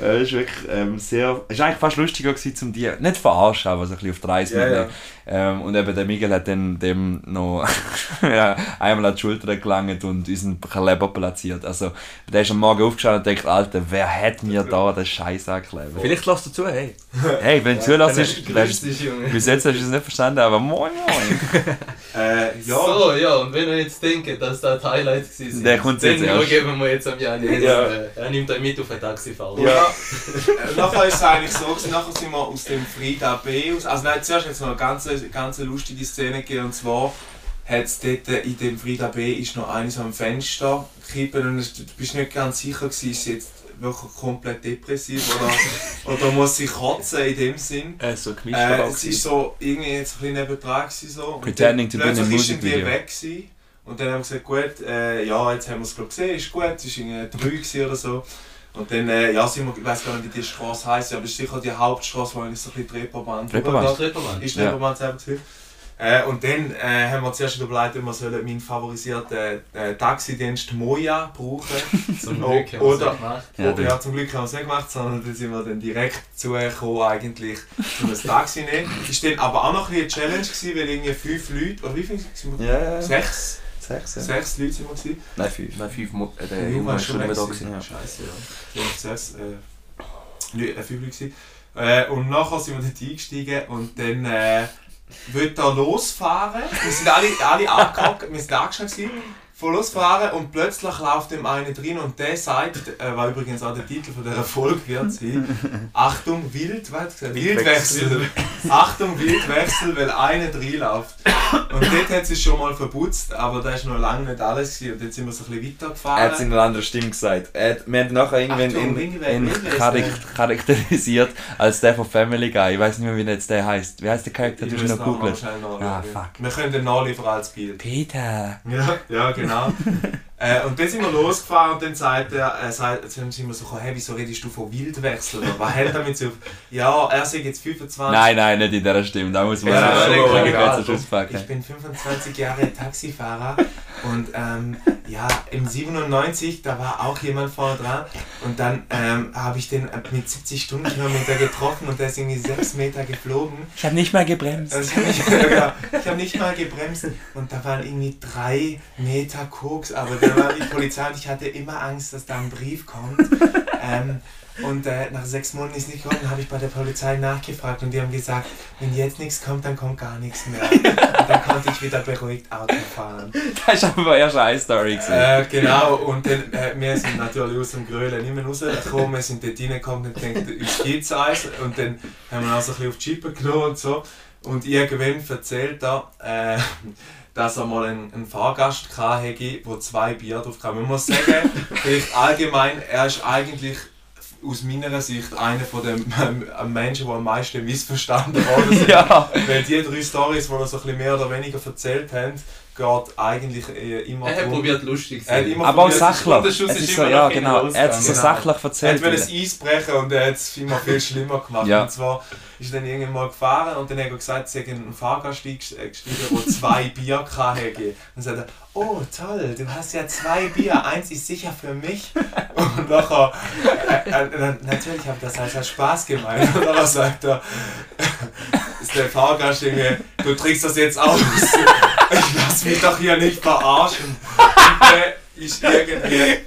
Speaker 5: Äh, ist wirklich ähm, sehr, ist eigentlich fast lustiger gewesen, zum die, nicht verarschen, aber so ein bisschen auf die Reise
Speaker 4: Ja,
Speaker 5: mitnehmen. Ähm, und eben der Miguel hat dann dem noch ja, einmal an die Schulter gelangt und unseren Kleber platziert. Also, der ist am Morgen aufgeschaut und denkt, Alter, wer hat mir da den Scheiß angeklebt?
Speaker 6: Vielleicht lasst du zu, hey.
Speaker 5: Hey, wenn du zulässt,
Speaker 1: Grüß dich, Junge.
Speaker 5: bis jetzt hast du es nicht verstanden, aber moin moin.
Speaker 4: Äh, ja,
Speaker 1: So, ja, und wenn ihr jetzt denkt, dass das die Highlights gewesen
Speaker 5: Der kommt jetzt
Speaker 1: dann
Speaker 5: erst.
Speaker 1: geben wir jetzt am Jan. Jetzt,
Speaker 5: Ja.
Speaker 1: äh, er nimmt euch mit auf ein Taxifahrer.
Speaker 4: Ja. nachher ist es eigentlich so, gewesen, nachher sind wir aus dem Frida B aus. Also nein, zuerst hat es noch eine ganz, ganz lustige Szene gegeben und zwar hat es dort äh, in dem Frida B ist noch eines am Fenster kippen und es- du bist nicht ganz sicher gewesen, ist sie jetzt wirklich komplett depressiv oder, oder muss sie kotzen in dem Sinn.
Speaker 6: Äh, so gemischt.
Speaker 4: Äh,
Speaker 6: aber auch
Speaker 4: es ist
Speaker 6: gewesen.
Speaker 4: so irgendwie jetzt ein bisschen nebendran gewesen, so. Und
Speaker 5: Pretending to be in a
Speaker 4: plötzlich ist
Speaker 5: music
Speaker 4: irgendwie
Speaker 5: video.
Speaker 4: weg gewesen. Und dann haben wir gesagt, gut, äh, ja, jetzt haben wir es glaub, gesehen, ist gut, es war irgendwie drei gewesen oder so. Und dann, äh, ja, sind wir, ich weiß gar nicht, wie die Straße heisst, aber es ist sicher die Hauptstraße, wo eigentlich so ein bisschen Treperband
Speaker 5: Reeperbahn.
Speaker 1: Ja, Treppermann.
Speaker 4: ist
Speaker 5: Ja.
Speaker 4: Treperband selber gewesen. Äh, und dann äh, haben wir zuerst überlegt, ob wir sollen meinen favorisierten äh, Taxidienst Moja brauchen
Speaker 1: Zum
Speaker 4: Oh,
Speaker 1: Glück haben wir es
Speaker 4: oder-
Speaker 1: gemacht.
Speaker 5: Ja,
Speaker 4: ja, ja, zum Glück haben wir es nicht gemacht, sondern dann sind wir dann direkt zugekommen, eigentlich, um ein Taxi zu nehmen. Ist dann aber auch noch ein bisschen eine Challenge gewesen, weil irgendwie fünf Leute, oder wie viel sind wir?
Speaker 5: Ja, ja.
Speaker 4: Sechs? Sechs Leute sind wir gewesen.
Speaker 5: Nein, fünf.
Speaker 6: Nein, fünf Monate. Äh, der
Speaker 4: Der
Speaker 6: Junge war schon nicht mehr da.
Speaker 4: gewesen.
Speaker 6: gewesen.
Speaker 5: ja.
Speaker 4: Scheiße, ja. Fünf, sechs, äh, Leute, äh, fünf Leute gewesen. Äh, und nachher sind wir dort eingestiegen und dann, äh, wird er losfahren. Wir sind alle, alle abgehackt, wir sind angeschaut gewesen. Voll losfahren und plötzlich läuft dem einen drin und der sagt, äh, war übrigens auch der Titel von der Erfolg wird sein, Achtung Wild, was hat er gesagt? Wildwechsel. Achtung Wildwechsel, weil einer reinläuft. Und dort hat sie schon mal verputzt, aber das war noch lange nicht alles. gewesen. Und jetzt sind wir so ein bisschen weitergefahren.
Speaker 5: Er hat es in einer anderen Stimme gesagt. Er hat, wir haben ihn nachher irgendwann
Speaker 4: Achtung,
Speaker 5: ihn,
Speaker 4: Ringweg,
Speaker 5: ihn
Speaker 4: Ringweg.
Speaker 5: charak- charakterisiert als der von Family Guy. Ich weiß nicht mehr, wie jetzt der heißt. Wie heißt der Charakter?
Speaker 4: Ich
Speaker 5: Du
Speaker 4: muss
Speaker 5: hast ihn noch
Speaker 4: nachher
Speaker 5: googelt.
Speaker 4: schnell nachschauen.
Speaker 5: Ah, fuck.
Speaker 4: Wir können den nachliefern als Bild.
Speaker 5: Peter.
Speaker 4: Ja, ja genau. äh, und dann sind wir losgefahren und dann sagt er, äh, sagt, dann sind wir so, hey, wieso redest du von Wildwechsel? Oder Was hält damit so auf? Ja, er sagt jetzt 25.
Speaker 5: Nein, nein, nicht in dieser Stimme. Da muss man
Speaker 4: Ah. Ja,
Speaker 5: ja,
Speaker 4: schon, egal.
Speaker 5: schon rückwärts
Speaker 4: Ich
Speaker 5: auspacken.
Speaker 4: bin 25 Jahre Taxifahrer und ähm, ja, im 97, da war auch jemand vorne dran und dann ähm, habe ich den mit 70 Stundenkilometer getroffen und der ist irgendwie 6 Meter geflogen
Speaker 5: Ich habe nicht mal gebremst.
Speaker 4: also ich habe nicht, ja, ich hab nicht mal gebremst und da waren irgendwie drei Meter Koks, aber da war die Polizei und ich hatte immer Angst, dass da ein Brief kommt. Ähm, und äh, nach sechs Monaten ist nicht gekommen, habe ich bei der Polizei nachgefragt und die haben gesagt, wenn jetzt nichts kommt, dann kommt gar nichts mehr. Und dann konnte ich wieder beruhigt Auto fahren.
Speaker 5: Das war aber erst eine Story. Äh,
Speaker 4: Äh, genau, und dann, äh, wir sind natürlich aus dem Grölen nicht mehr rausgekommen, wir sind dort reingekommen und denkt, uns gibt's eins. Und dann haben wir auch so ein bisschen auf die Chippe genommen und so. Und irgendwann erzählt er, äh, dass er mal einen, einen Fahrgast hatte, wo zwei Bier drauf kam. Man muss sagen, vielleicht allgemein, er ist eigentlich aus meiner Sicht einer von den ähm, Menschen, die am meisten missverstanden worden sind.
Speaker 5: ja.
Speaker 4: Weil die drei Stories, die er so ein bisschen mehr oder weniger erzählt haben, geht eigentlich äh, immer
Speaker 1: Er hat
Speaker 4: darum-
Speaker 1: probiert lustig zu
Speaker 4: Er hat
Speaker 1: sein.
Speaker 4: immer
Speaker 5: Aber auch
Speaker 4: probiert, es ist
Speaker 5: sachlich.
Speaker 1: der Schuss
Speaker 5: Es
Speaker 1: ist
Speaker 5: ist so,
Speaker 1: immer
Speaker 5: ja,
Speaker 1: nach hinten
Speaker 5: genau. Er hat es so
Speaker 1: losgegangen.
Speaker 5: sachlich
Speaker 4: Er hat
Speaker 5: erzählt.
Speaker 4: will das Eis brechen und er hat es immer viel schlimmer gemacht.
Speaker 5: Ja.
Speaker 4: Und zwar ist er dann irgendwann mal gefahren und dann hat er gesagt, sie haben einen Fahrgast eingest- äh, gestiegen, der zwei Bier hatte. Und dann sagt er, oh toll, du hast ja zwei Bier, eins ist sicher für mich. Und nachher, äh, äh, äh, natürlich habe ich das als als Spaß gemeint. Und dann sagt er, ist der Fahrgast irgendwie, du trinkst das jetzt aus. Ich lass mich doch hier nicht verarschen. Und der ist irgendwie...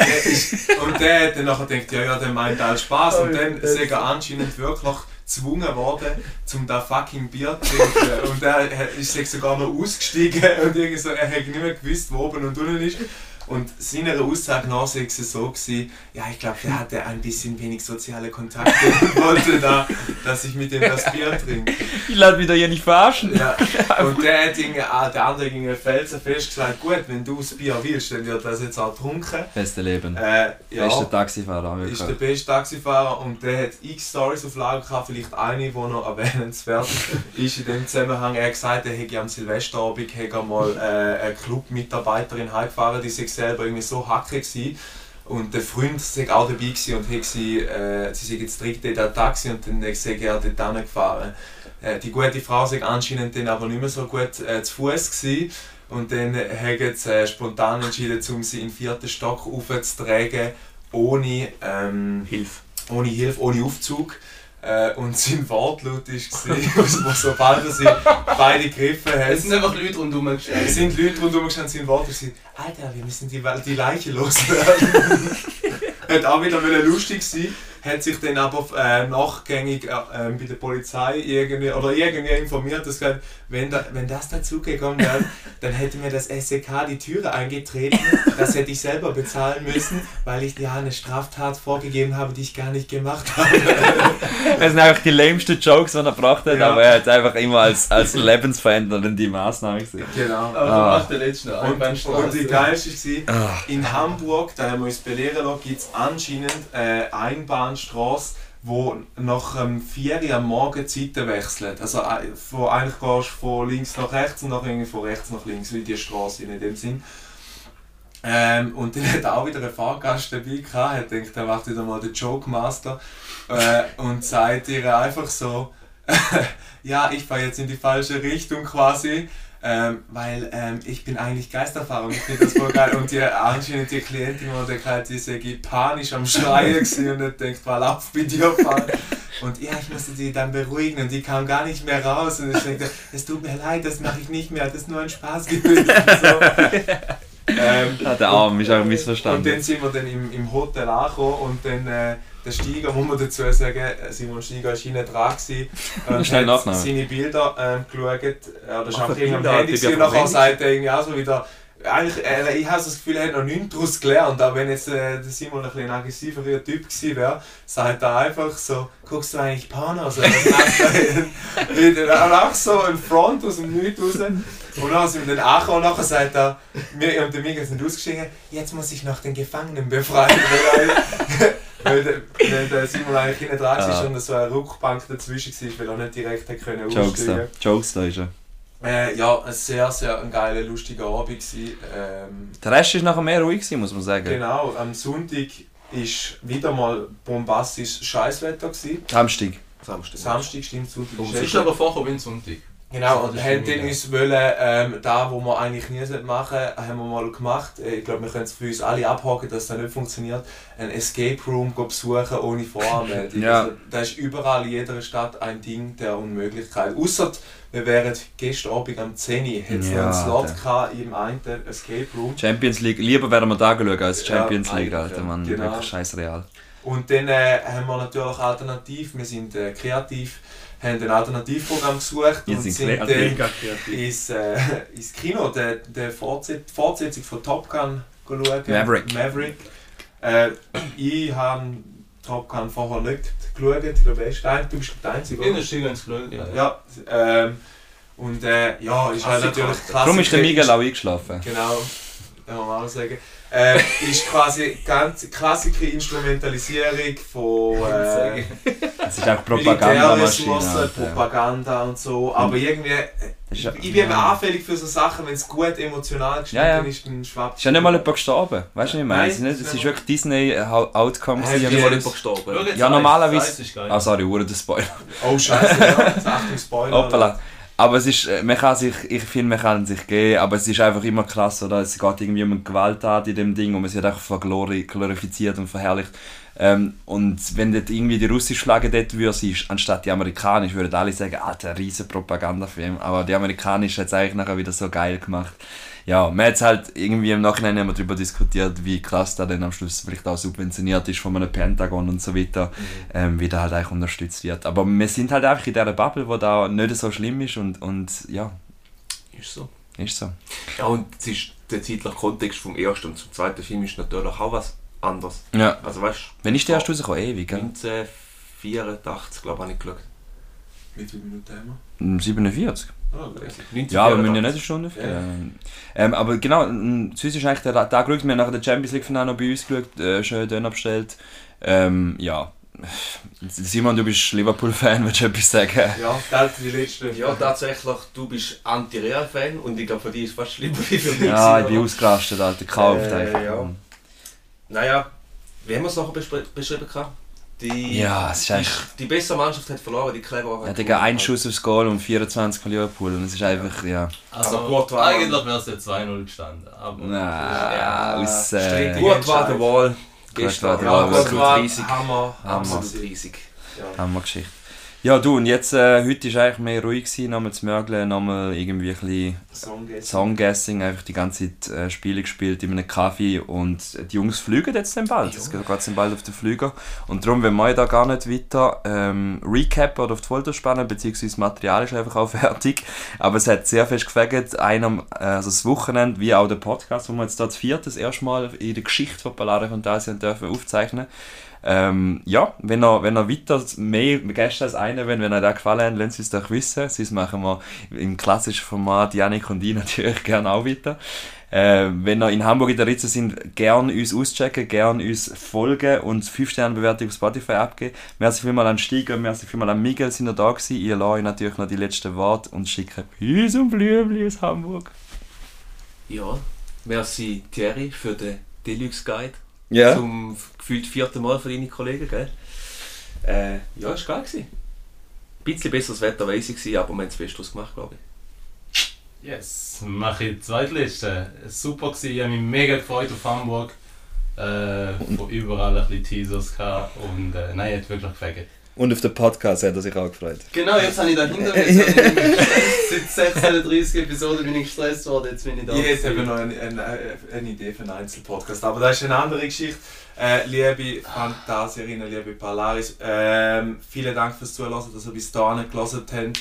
Speaker 4: Der ist, und der hat dann nachher gedacht, ja, ja, der meint auch Spaß. Und dann ist er anscheinend wirklich gezwungen worden, um da fucking Bier zu trinken. Und er hat- ist sich sogar noch ausgestiegen und irgendwie so, er hat nicht mehr gewusst, wo oben und unten ist. Und seiner Aussage nach sei es so gewesen, ja, ich glaube, der hatte ein bisschen wenig soziale Kontakte und wollte da, dass ich mit ihm das Bier trinke.
Speaker 5: Ich lade mich da hier nicht verarschen.
Speaker 4: Ja. Und der hat irgendwie, ah, der andere ging felsenfest gesagt, gut, wenn du das Bier willst, dann wird das jetzt auch getrunken.
Speaker 5: Beste Leben.
Speaker 4: Äh, ja
Speaker 5: Bester Taxifahrer. wirklich.
Speaker 4: ist der beste Taxifahrer und der hat x Stories auf Lager gehabt, vielleicht eine, die noch erwähnenswert ist in dem Zusammenhang. Er hat gesagt, er hätte am Silvesterabend hätte er mal äh, eine Clubmitarbeiterin heimgefahren, die sich selber irgendwie so hacke gewesen. Und der Freund sei auch dabei gewesen und hätte sie, äh, sie sei jetzt direkt in der Taxi und dann sei er dort hingefahren. Äh, die gute Frau sei anscheinend dann aber nicht mehr so gut äh, zu Fuß gewesen. Und dann haben sie äh, spontan entschieden, um sie in den vierten Stock aufzutragen, ohne, ähm,
Speaker 6: Hilfe.
Speaker 4: ohne Hilfe, ohne Aufzug. Äh, und sein Wortlaut war, sobald er sie beide gegriffen hat,
Speaker 1: Es sind einfach Leute rundum
Speaker 4: es
Speaker 1: gestanden.
Speaker 4: sind Leute rundum gestanden, sind Worte sind, Alter, wir müssen die, die Leiche loswerden. hat auch wieder wollen lustig sein, hat sich dann aber äh, nachgängig äh, ähm, bei der Polizei irgendwie, oder irgendwie informiert, dass gesagt, wenn, da, wenn das dazugekommen wäre, dann hätte mir das SEK die Türe eingetreten. Das hätte ich selber bezahlen müssen, weil ich ja eine Straftat vorgegeben habe, die ich gar nicht gemacht habe.
Speaker 5: Das sind einfach die lämsten Jokes, die er gebracht hat,
Speaker 4: Ja.
Speaker 5: aber er hat einfach immer als, als lebensverändernd die Maßnahme gesehen.
Speaker 4: Genau.
Speaker 1: Aber
Speaker 5: Ah.
Speaker 1: macht der letzte
Speaker 4: Und, und die
Speaker 1: Einbahnstraße.
Speaker 4: geilste war, in Hamburg, da haben wir uns belehren lassen, gibt es anscheinend eine Einbahnstraße, wo nach ähm, 4 Uhr am Morgen die Seiten wechselt. Also äh, von, eigentlich gehst du von links nach rechts und nachher irgendwie von rechts nach links, wie die Straße in dem Sinn. Ähm, und dann hat auch wieder ein Fahrgast dabei gehabt, hat gedacht, er macht wieder mal den Joke Master äh, und sagt ihr einfach so, ja, ich fahre jetzt in die falsche Richtung quasi, ähm, weil ähm, ich bin eigentlich Geisterfahrer und ich finde das voll geil. Und die anscheinend die Klientin oder der Kleid, die sei panisch am Schreien gewesen und hat denkt, mal ab bei dir fahren. Und ja, ich musste die dann beruhigen und die kam gar nicht mehr raus. Und ich denke, es tut mir leid, das mache ich nicht mehr, das ist nur ein Spaß gewesen. So. Ähm,
Speaker 5: Ah, der Arm ist auch
Speaker 4: und dann
Speaker 5: missverstanden.
Speaker 4: sind wir dann im, im Hotel angekommen und dann äh, der Steiger, muss man dazu sagen, äh, Simon Steiger war hinten dran gewesen und
Speaker 5: Schnell
Speaker 4: hat
Speaker 5: nachnehmen.
Speaker 4: seine Bilder ähm, geschaut. Äh, das war
Speaker 6: Ach,
Speaker 4: einfach irgendwie am
Speaker 6: Bilder,
Speaker 4: Handy
Speaker 6: die
Speaker 4: gewesen. und
Speaker 6: wir vom
Speaker 4: nachher
Speaker 6: Handy-
Speaker 4: sagt er irgendwie auch so wieder, eigentlich, äh, ich habe so das Gefühl, er hat noch nichts daraus gelernt, auch wenn jetzt äh, der Simon ein bisschen aggressiverer Typ gewesen wäre, sagt er einfach so, guckst du eigentlich Pornos? oder was machst du?" Und dann auch so ein Front aus dem Nichts raus. Und dann sind wir dann angekommen und nachher sagt er, mir und der Miguel sind ausgestiegen, jetzt muss ich noch den Gefangenen befreien. weil, er- weil, der, weil der Simon eigentlich hinten dran war
Speaker 5: Ah.
Speaker 4: und so eine Ruckbank dazwischen war, weil er nicht direkt hat können
Speaker 5: Jokes
Speaker 4: aussteigen
Speaker 5: da. Jokes da ist er.
Speaker 4: Äh, ja, ein sehr, sehr ein geiler, lustiger Abend. Gewesen. Ähm,
Speaker 5: Der Rest war nachher mehr ruhig, gewesen, muss man sagen.
Speaker 4: genau, am Sonntag war wieder mal bombastisches Scheißwetter. Gewesen.
Speaker 5: Samstag.
Speaker 6: Samstag.
Speaker 4: Samstag stimmt, Sonntag
Speaker 1: Es ist aber vorher wie ein Sonntag.
Speaker 4: Genau,
Speaker 1: Das
Speaker 4: und
Speaker 1: ist
Speaker 4: haben
Speaker 1: mega.
Speaker 4: dann uns wollen, ähm, da, wo wir eigentlich nie sollten machen haben wir mal gemacht. Äh, Ich glaube, wir können es für uns alle abhaken, dass das nicht funktioniert. Ein Escape Room go besuchen ohne Voranmeldung.
Speaker 5: Ja.
Speaker 4: also, da ist überall in jeder Stadt ein Ding der Unmöglichkeit. Außer wir wären gestern Abend am 10 Uhr, hätte es
Speaker 5: Ja,
Speaker 4: noch einen Slot
Speaker 5: der-
Speaker 4: gehabt im einen Escape Room.
Speaker 5: Champions League. Lieber wären wir da schauen als
Speaker 4: Ja,
Speaker 5: Champions League,
Speaker 4: eigentlich,
Speaker 5: Alter,
Speaker 4: ja.
Speaker 5: Mann.
Speaker 4: Genau.
Speaker 5: Wirklich scheiß real.
Speaker 4: Und dann äh, haben wir natürlich alternativ, wir sind äh, kreativ, haben ein Alternativprogramm gesucht
Speaker 5: Wir
Speaker 4: und
Speaker 5: sind
Speaker 4: sind
Speaker 5: kreativ.
Speaker 4: dann ins, äh, ins Kino, der, der Fortset Fortsetzung von Top Gun schauen.
Speaker 5: Maverick.
Speaker 4: Maverick. Äh, ich habe Top Gun vorher nicht geschaut, ich glaube, er ist der- du bist der Einzige.
Speaker 1: In der
Speaker 4: oder?
Speaker 1: Schiene ins Glück. Ja.
Speaker 4: Ja, ähm, und äh, ja, ist halt
Speaker 6: Klassiker.
Speaker 4: natürlich klasse.
Speaker 5: Darum ist der Miguel auch eingeschlafen.
Speaker 4: Genau, kann man auch sagen. Äh, ist quasi ganz klassische Instrumentalisierung von äh,
Speaker 5: Das ist auch Propagandamaschine.
Speaker 4: Militärressourcen,
Speaker 5: Alter.
Speaker 4: Propaganda und so. Aber irgendwie, äh,
Speaker 5: Das ist ja-
Speaker 4: ich bin
Speaker 5: ja.
Speaker 4: anfällig für so Sachen, wenn es gut emotional geschnitten
Speaker 5: Ja, ja.
Speaker 4: ist, dann schwappt
Speaker 5: Ist ja nicht mal jemand gestorben. Weißt du, was ich meine?
Speaker 4: Nein,
Speaker 5: Es ist, nicht,
Speaker 4: ist
Speaker 5: es
Speaker 4: nicht
Speaker 5: ist wirklich Disney-Outcome.
Speaker 4: Hey,
Speaker 6: Ich
Speaker 4: wir-
Speaker 5: gewesen.
Speaker 6: bin einfach gestorben.
Speaker 5: Ja, normalerweise. Ah, sorry, Uhr der Spoiler.
Speaker 4: Oh, Scheiße, ja. Jetzt Achtung, Spoiler.
Speaker 5: Hoppala. Aber es ist, äh, man kann sich, ich finde, man kann sich geben, aber es ist einfach immer krass, oder? Es geht irgendwie um eine Gewalttat in dem Ding und es wird einfach verglori- glorifiziert und verherrlicht. Ähm, und wenn dort irgendwie die russische Flagge dort würde, sein, anstatt die amerikanische, würden alle sagen, alter, riesen Propagandafilm. Aber die amerikanische hat es eigentlich nachher wieder so geil gemacht. Ja, man hat halt irgendwie im Nachhinein haben wir darüber diskutiert, wie krass da dann am Schluss vielleicht auch subventioniert ist von einem Pentagon und so weiter,
Speaker 6: Mhm.
Speaker 5: ähm, wie da halt eigentlich unterstützt wird. Aber wir sind halt einfach in dieser Bubble, wo da nicht so schlimm ist und, und ja,
Speaker 6: Ist so.
Speaker 5: ist so.
Speaker 6: Ja, und es ist der zeitliche Kontext vom ersten und zum zweiten Film ist natürlich auch was anderes.
Speaker 5: Ja.
Speaker 6: Also weißt
Speaker 5: Wenn ist der erst rausgekommen? Ewig,
Speaker 6: du,
Speaker 5: gell?
Speaker 6: 1984, glaube ich, habe ich geschaut.
Speaker 4: Wie viele Minuten haben
Speaker 5: 47.
Speaker 4: wir? Oh, okay.
Speaker 5: Ja, aber wir müssen ja nicht eine Stunde aufgeben. Ähm, aber genau, m, sonst ist eigentlich der Tag geschaut. Wir haben nachher den Champions League Finale noch bei uns geschaut, äh, schön Döner bestellt. Ähm, ja. Simon, du bist Liverpool-Fan, willst du etwas sagen?
Speaker 4: Ja, das ist die letzte.
Speaker 6: Ja, tatsächlich, du bist Anti-Real-Fan und ich glaube, für dich ist es fast schlimmer wie für mich.
Speaker 5: Ja, ich
Speaker 6: gewesen,
Speaker 5: bin
Speaker 6: oder?
Speaker 5: ausgerastet, Alter. Gekauft
Speaker 6: Äh,
Speaker 5: einfach.
Speaker 6: ja. Naja, wie haben wir es nachher bespre- beschrieben? gehabt? Die,
Speaker 5: Ja, es ist
Speaker 6: die,
Speaker 5: eigentlich-
Speaker 6: die bessere Mannschaft hat verloren, die clever
Speaker 5: Ja, Digga, ein Schuss aufs Goal und 24 von Liverpool. Und es ist einfach, ja.
Speaker 1: Also,
Speaker 6: Aber gut war-
Speaker 1: eigentlich wäre es ja 2-0 gestanden. Aber
Speaker 5: Na, aus. Äh,
Speaker 8: strittig.
Speaker 6: Gut war der Wall.
Speaker 5: war
Speaker 6: Gestern
Speaker 5: der
Speaker 6: ja,
Speaker 5: Wall,
Speaker 6: absolut
Speaker 4: war
Speaker 6: riesig.
Speaker 4: Hammer.
Speaker 5: Hammer.
Speaker 6: Absolut riesig.
Speaker 5: Hammergeschichte. Ja, du, und jetzt, äh, heute war eigentlich mehr ruhig, gewesen, nochmal zu mögeln, nochmal irgendwie ein bisschen
Speaker 4: Song geht's.
Speaker 5: Songguessing, einfach die ganze Zeit äh, Spiele gespielt in einem Kaffee und die Jungs fliegen jetzt dann bald. Es geht jetzt dann bald auf den Flüger. Und darum, wenn wir da gar nicht weiter ähm, recappen oder auf die Folter spannen, beziehungsweise das Material ist einfach auch fertig. Aber es hat sehr fest gefegt, einem, äh, also das Wochenende, wie auch der Podcast, wo wir jetzt da das vierte, das erste Mal in der Geschichte von Ballade Fantasien dürfen aufzeichnen. Ähm, ja, wenn ihr, wenn ihr weiter mehr Gäste als einen wollt, wenn euch das gefallen hat, lasst es doch wissen. Sonst machen wir im klassischen Format Janik und ich natürlich gerne auch weiter. Äh, wenn ihr in Hamburg in der Ritze sind, gerne uns auschecken, gerne uns folgen und 5-Sterne-Bewertung auf Spotify abgeben. Merci vielmal an Steiger, merci vielmal an Miguel, sind ihr da gewesen. Ihr lasst euch natürlich noch die letzten Worte und schickt Peace und Blümchen aus Hamburg.
Speaker 6: Ja, merci Thierry für den Deluxe Guide. Zum gefühlt vierten Mal für deine Kollegen, gell? Äh, ja, ist geil gewesen. Ein bisschen besseres Wetter war ich, gewesen, aber wir haben das Beste draus gemacht, glaube ich.
Speaker 1: Yes, mache ich die Zweitliste. Super gewesen, ich habe mich mega gefreut auf Hamburg. Äh, von überall ein bisschen Teasers gehabt und äh, nein, hat wirklich gefegt.
Speaker 5: Und auf den Podcast hat er sich auch gefreut.
Speaker 1: Genau, jetzt habe ich da hinter mir. jetzt habe ich mich gestresst. Seit 36 Episoden bin ich gestresst worden, jetzt bin ich da.
Speaker 4: Ich hätte eben noch eine, eine, eine Idee für einen Einzelpodcast, aber das ist eine andere Geschichte. Äh, liebe Fantasierinnen, liebe Polaris, ähm, vielen Dank fürs Zuhören, dass ihr bis dahin gelesen habt.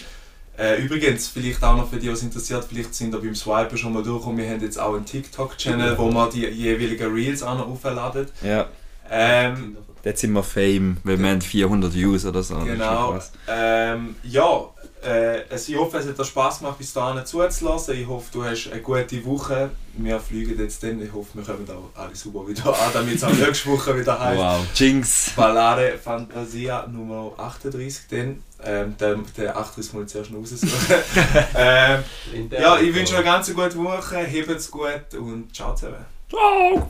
Speaker 4: Äh, übrigens, vielleicht auch noch für die, was interessiert, vielleicht sind wir beim Swipen schon mal durch und wir haben jetzt auch einen TikTok-Channel, wo wir die jeweiligen Reels auch noch aufladen.
Speaker 5: Ja.
Speaker 4: Ähm,
Speaker 5: Jetzt sind wir Fame, weil wir haben 400 Views oder so. Das ist schon
Speaker 4: Genau.
Speaker 5: krass.
Speaker 4: Ähm, ja, äh, also ich hoffe, es hat dir Spass gemacht, bis dahin zuzulassen. Ich hoffe, du hast eine gute Woche. Wir fliegen jetzt dann. Ich hoffe, wir kommen auch alle super wieder an, damit es auch nächste Woche wieder heißt.
Speaker 5: Wow. Jinx.
Speaker 4: Ballare Fantasia Nummer 38, dann. Ähm, der, der 38 muss ich zuerst noch raussuchen. ähm, ja, ich wünsche euch eine ganz gute Woche, hebt's gut und ciao zusammen.
Speaker 5: Ciao.